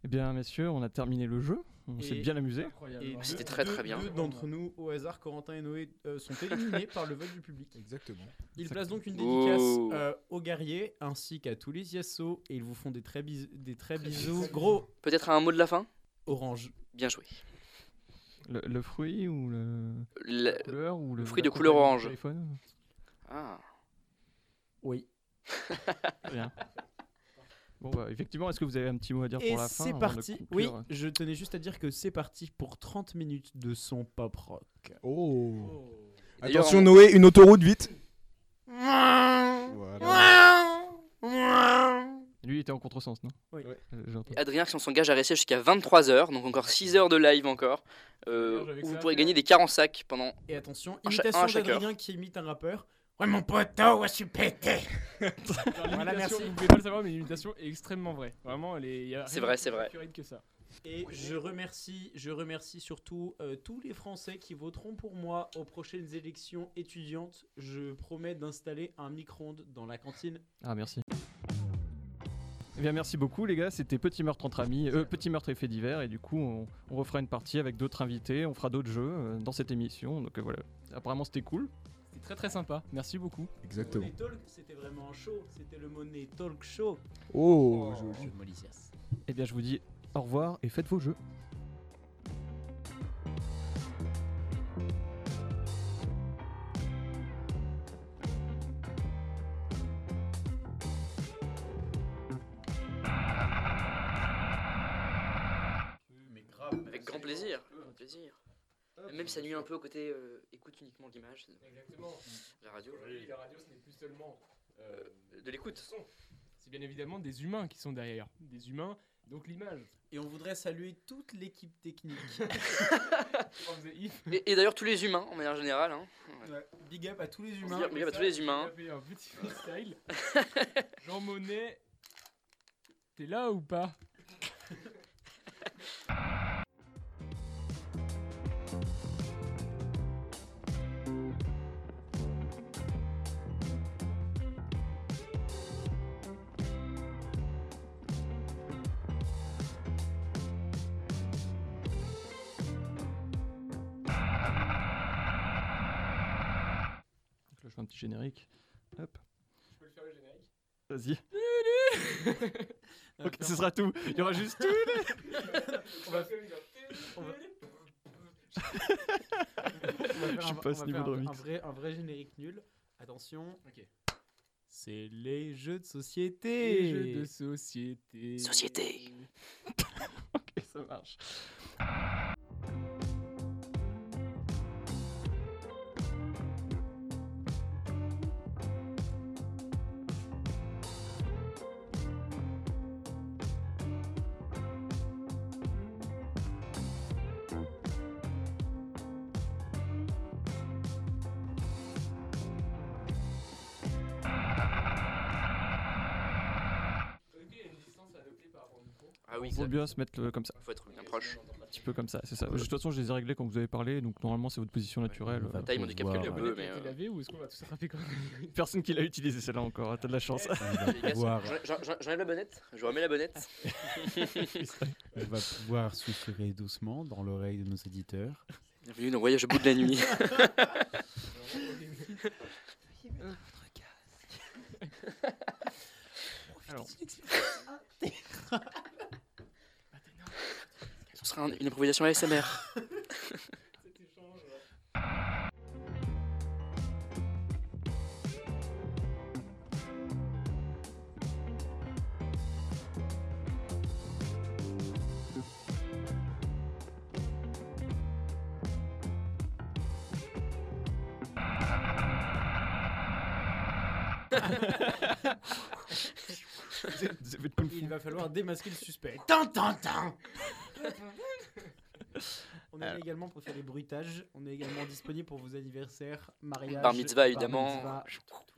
[SPEAKER 6] Eh bien, messieurs, on a terminé le jeu. On s'est
[SPEAKER 7] Et-
[SPEAKER 6] bien amusé.
[SPEAKER 7] Et
[SPEAKER 4] C'était
[SPEAKER 7] deux-
[SPEAKER 4] très,
[SPEAKER 7] deux-
[SPEAKER 4] très bien.
[SPEAKER 7] Deux d'entre nous, au hasard, Corentin et Noé, euh, sont éliminés par le vote du public.
[SPEAKER 2] Exactement.
[SPEAKER 7] Ils placent donc une
[SPEAKER 4] Ouh.
[SPEAKER 7] dédicace euh, aux guerriers ainsi qu'à tous les Yasso et ils vous font des très, bis- des très bisous. Gros
[SPEAKER 4] Peut-être un mot de la fin
[SPEAKER 7] orange.
[SPEAKER 4] Bien joué.
[SPEAKER 6] Le, le fruit ou le
[SPEAKER 4] Euh, Le-
[SPEAKER 6] la couleur ou le,
[SPEAKER 4] fruit
[SPEAKER 6] la
[SPEAKER 4] de couleur
[SPEAKER 6] compagnie
[SPEAKER 4] orange.
[SPEAKER 6] du téléphone
[SPEAKER 4] Ah.
[SPEAKER 7] Oui.
[SPEAKER 6] Bon, bah, effectivement, est-ce que vous avez un petit mot à dire
[SPEAKER 7] Et
[SPEAKER 6] pour la fin
[SPEAKER 7] c'est
[SPEAKER 6] avant de
[SPEAKER 7] parti. Oui,
[SPEAKER 6] conclure
[SPEAKER 7] je tenais juste à dire que c'est parti pour 30 minutes de son pop rock.
[SPEAKER 2] Oh.
[SPEAKER 4] D'ailleurs,
[SPEAKER 2] Attention
[SPEAKER 4] on-
[SPEAKER 2] Noé, une autoroute vite. Voilà.
[SPEAKER 6] Lui, il était en contresens, non
[SPEAKER 7] Oui.
[SPEAKER 2] Ouais.
[SPEAKER 6] Euh, j'entends.
[SPEAKER 4] Adrien, si on s'engage à rester jusqu'à 23h, donc encore 6 heures de live encore, euh,
[SPEAKER 8] J'avais que
[SPEAKER 4] où
[SPEAKER 8] ça
[SPEAKER 4] vous
[SPEAKER 8] à
[SPEAKER 4] pourrez
[SPEAKER 8] faire.
[SPEAKER 4] gagner des 40 sacs pendant.
[SPEAKER 7] Et attention,
[SPEAKER 4] Un cha-
[SPEAKER 7] imitation
[SPEAKER 4] un chacun.
[SPEAKER 7] d'Adrien qui imite un rappeur. Oh, Ouais, mon poteau, ouais, je suis pété. Voilà,
[SPEAKER 8] Voilà,
[SPEAKER 7] merci.
[SPEAKER 8] merci. Vous pouvez pas le savoir, mais l'imitation est extrêmement vraie. Vraiment, elle est. y a
[SPEAKER 4] C'est
[SPEAKER 8] rien
[SPEAKER 4] vrai,
[SPEAKER 8] de
[SPEAKER 4] c'est
[SPEAKER 8] plus
[SPEAKER 4] vrai.
[SPEAKER 8] accurate que ça.
[SPEAKER 7] Et je remercie, je remercie surtout euh, tous les Français qui voteront pour moi aux prochaines élections étudiantes. Je promets d'installer un micro-ondes dans la cantine.
[SPEAKER 6] Ah, merci. Eh bien, merci beaucoup, les gars. C'était Petit Meurtre entre amis, euh, Petit Meurtre et faits divers. Et du coup, on, on refera une partie avec d'autres invités. On fera d'autres jeux euh, dans cette émission. Donc euh, voilà. Apparemment, c'était cool.
[SPEAKER 8] C'était très très sympa. Merci beaucoup.
[SPEAKER 2] Exactement.
[SPEAKER 7] Money Talk, c'était vraiment chaud. C'était le Money Talk Show.
[SPEAKER 2] Oh, joli.
[SPEAKER 6] Eh bien, je vous dis au revoir et faites vos jeux.
[SPEAKER 4] Avec grand plaisir. grand plaisir. Même si ça nuit un peu au côté euh, écoute uniquement l'image,
[SPEAKER 8] Exactement.
[SPEAKER 4] la radio,
[SPEAKER 8] Aujourd'hui, la radio, ce n'est plus seulement euh,
[SPEAKER 4] de l'écoute.
[SPEAKER 8] son. C'est bien évidemment des humains qui sont derrière. Des humains, donc l'image.
[SPEAKER 7] Et on voudrait saluer toute l'équipe technique.
[SPEAKER 8] Quand vous avez-
[SPEAKER 4] Et, et d'ailleurs, tous les humains en manière générale. Hein.
[SPEAKER 7] Big up à tous les
[SPEAKER 4] Big
[SPEAKER 7] humains.
[SPEAKER 4] up. Mais il y a pas tous les humains.
[SPEAKER 8] Il a fait un petit freestyle. Jean Monnet, t'es là ou pas
[SPEAKER 6] Donc là, je fais un petit générique. Hop.
[SPEAKER 8] Je peux le faire le générique
[SPEAKER 6] Vas-y. ok, ce sera tout. Il y aura juste tout.
[SPEAKER 8] On va faire une
[SPEAKER 6] Je suis pas à ce niveau de remix.
[SPEAKER 7] Un vrai, un vrai générique nul. Attention. C'est les jeux de société.
[SPEAKER 8] Les jeux de société.
[SPEAKER 4] Société.
[SPEAKER 6] ok, ça marche.
[SPEAKER 4] Ah oui,
[SPEAKER 6] Il faut
[SPEAKER 4] ça-
[SPEAKER 6] bien se mettre euh, comme ça,
[SPEAKER 4] faut être bien proche.
[SPEAKER 6] un petit peu comme ça, c'est ça. De toute façon, je les ai réglés quand vous avez parlé, donc normalement, c'est votre position naturelle. euh.
[SPEAKER 4] La taille, mon du
[SPEAKER 6] voir,
[SPEAKER 4] un
[SPEAKER 6] ouais.
[SPEAKER 4] peu, mais. euh,
[SPEAKER 8] lavé ou est-ce qu'on va tous attraper quand même
[SPEAKER 6] Personne qui l'a utilisé celle-là encore, hein, t'as de la chance.
[SPEAKER 4] les gars, j'en- euh, j'en- j'en- J'enlève la bonnette, je remets la bonnette.
[SPEAKER 7] On va pouvoir susurrer doucement dans l'oreille de nos éditeurs.
[SPEAKER 4] Bienvenue dans Voyage au bout de la nuit. Ce sera un- une improvisation ASMR.
[SPEAKER 5] Il va falloir démasquer le suspect. Tin, tin, tin On
[SPEAKER 6] Euh.
[SPEAKER 5] est également pour faire des bruitages. On est également disponible pour vos anniversaires, mariages.
[SPEAKER 4] Bar mitzvah, évidemment.
[SPEAKER 5] mitzvah.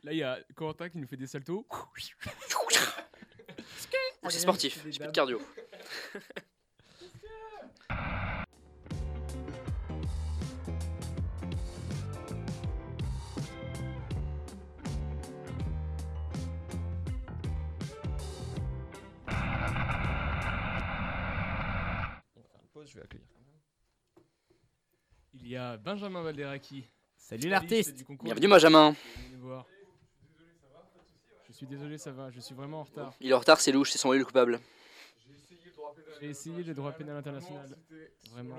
[SPEAKER 8] Là, il y a Corentin qui nous fait des saltos.
[SPEAKER 4] C'est sportif, j'ai plus de cardio.
[SPEAKER 6] je vais accueillir.
[SPEAKER 8] Il y a Benjamin Valderaki.
[SPEAKER 5] Salut
[SPEAKER 8] finaliste du concours.
[SPEAKER 4] Bienvenue Benjamin.
[SPEAKER 8] Venez nous voir. Je suis désolé, ça va, je suis vraiment en retard.
[SPEAKER 4] Il est en retard, c'est louche, c'est son lui le coupable.
[SPEAKER 8] J'ai essayé le droit pénal international. Vraiment.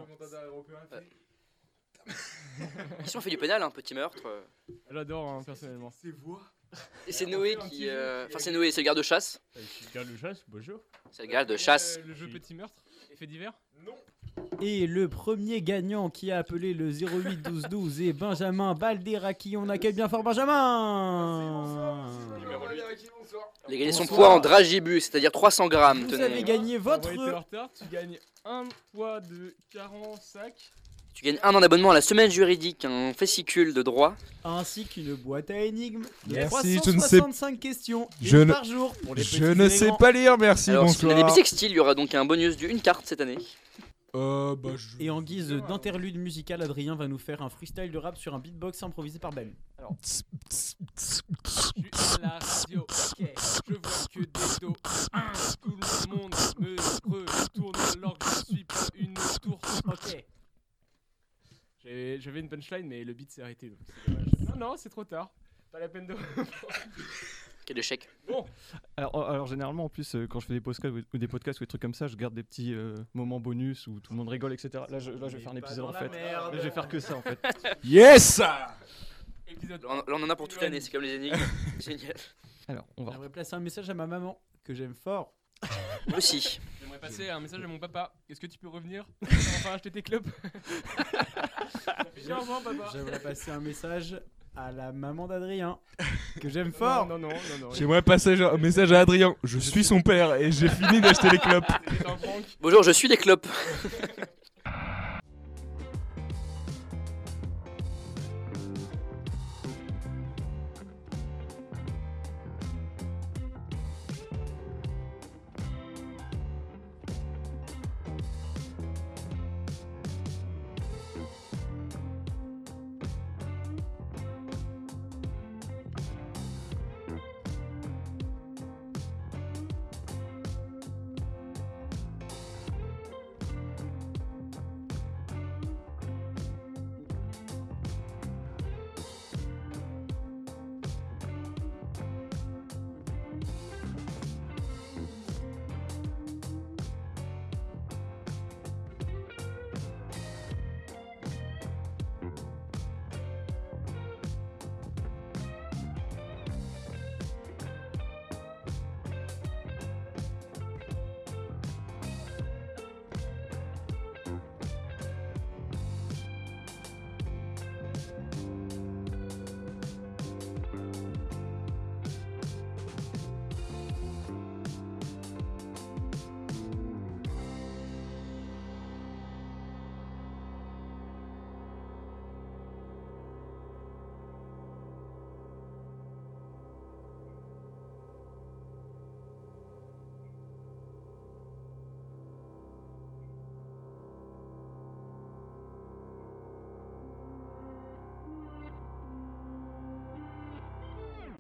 [SPEAKER 4] Euh, Ici on fait du pénal, un petit meurtre. euh.
[SPEAKER 8] Elle adore, hein, personnellement.
[SPEAKER 4] Et c'est Noé qui... euh, Enfin c'est Noé, c'est le garde-chasse.
[SPEAKER 3] Je suis Euh, le gars de chasse, bonjour.
[SPEAKER 4] C'est le garde-chasse.
[SPEAKER 8] Euh, le jeu Petit Meurtre Effet divers
[SPEAKER 5] Et le premier gagnant qui a appelé le 08 12 12 est Benjamin Balderaki. On accueille bien fort Benjamin
[SPEAKER 4] Il a gagné son poids en dragibus, c'est-à-dire 300 grammes,
[SPEAKER 5] Vous avez
[SPEAKER 4] tenez.
[SPEAKER 5] gagné votre...
[SPEAKER 8] Envoyé t'es en retard, tu gagnes un poids de 40 sacs.
[SPEAKER 4] Tu gagnes un an d'abonnement à la semaine juridique, un fascicule de droit.
[SPEAKER 5] ainsi qu'une boîte à énigmes de
[SPEAKER 2] Merci, je ne sais-
[SPEAKER 5] 365 questions
[SPEAKER 2] Je
[SPEAKER 5] une
[SPEAKER 2] ne-
[SPEAKER 5] par jour pour les
[SPEAKER 2] Je
[SPEAKER 5] petits
[SPEAKER 2] ne
[SPEAKER 5] et
[SPEAKER 2] sais
[SPEAKER 5] grands.
[SPEAKER 2] pas lire, merci,
[SPEAKER 4] Alors si vous avez des
[SPEAKER 2] bonsoir.
[SPEAKER 4] bisextiles, il y aura donc un bonus d'une carte cette année.
[SPEAKER 2] Euh, bah, je-
[SPEAKER 5] Et en guise d'interlude musical, Adrien va nous faire un freestyle de rap sur un beatbox improvisé par Ben.
[SPEAKER 8] Je suis à la radio, ok. Je vois que des dos. Hein, Tout le monde me retourne alors que je suis pas une tourte.
[SPEAKER 5] Ok.
[SPEAKER 8] J'avais j'avais une punchline, mais le beat s'est arrêté. donc c'est dommage. Non, non, c'est trop tard. Pas la peine de.
[SPEAKER 4] Quel échec.
[SPEAKER 6] Alors, euh, alors, généralement, en plus, euh, quand je fais des podcasts, ou, ou des podcasts ou des trucs comme ça, je garde des petits euh, moments bonus où tout le monde rigole, etc. Là, je, là, je vais faire un épisode en fait. Là, je vais faire que ça en fait.
[SPEAKER 2] Yes
[SPEAKER 8] Épisode
[SPEAKER 4] Là on- là, on en a pour toute l'année, c'est comme les énigmes. Génial.
[SPEAKER 6] Alors, on va.
[SPEAKER 5] J'aimerais placer un message à ma maman que j'aime fort.
[SPEAKER 4] Moi aussi.
[SPEAKER 8] J'aimerais passer un message à mon papa. Est-ce que tu peux revenir Enfin, acheter tes clopes. Viens, au revoir, papa.
[SPEAKER 5] J'aimerais passer un message à la maman d'Adrien que j'aime fort.
[SPEAKER 8] Non, non, non, non. non.
[SPEAKER 2] J'aimerais passer un message à Adrien. Je suis son père et j'ai fini d'acheter les clopes.
[SPEAKER 8] C'était un prank.
[SPEAKER 4] Bonjour, je suis les clopes.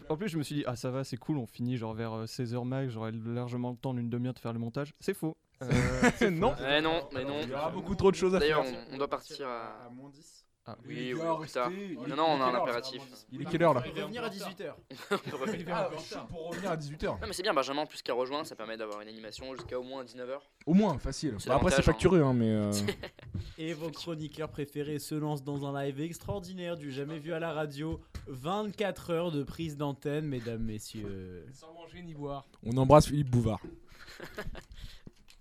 [SPEAKER 6] En plus, je me suis dit, ah ça va, c'est cool, on finit genre vers 16h max, j'aurai largement le temps d'une demi-heure de faire le montage. C'est faux. Euh,
[SPEAKER 2] non.
[SPEAKER 4] Eh non, mais non.
[SPEAKER 2] Il y aura beaucoup trop de choses à
[SPEAKER 4] D'ailleurs,
[SPEAKER 2] faire.
[SPEAKER 4] on, on doit partir à.
[SPEAKER 7] à moins 10.
[SPEAKER 4] Oui, oui, plus tard. Non, non, on a un impératif.
[SPEAKER 2] Il est quelle heure là
[SPEAKER 5] Il va venir à 18h.
[SPEAKER 4] On peut refaire.
[SPEAKER 2] Ah, je suis pour revenir à 18h.
[SPEAKER 4] Non, mais c'est bien, Benjamin, plus qu'à rejoindre, ça permet d'avoir une animation jusqu'à au moins 19h.
[SPEAKER 2] Au moins, facile.
[SPEAKER 4] C'est
[SPEAKER 2] Bah, après, c'est
[SPEAKER 4] l'avantage, hein.
[SPEAKER 2] facturé, hein, mais. euh,
[SPEAKER 5] Et vos chroniqueurs préférés se lancent dans un live extraordinaire du jamais vu à la radio. 24 heures de prise d'antenne, mesdames, messieurs.
[SPEAKER 8] Sans manger ni boire.
[SPEAKER 2] On embrasse Philippe Bouvard.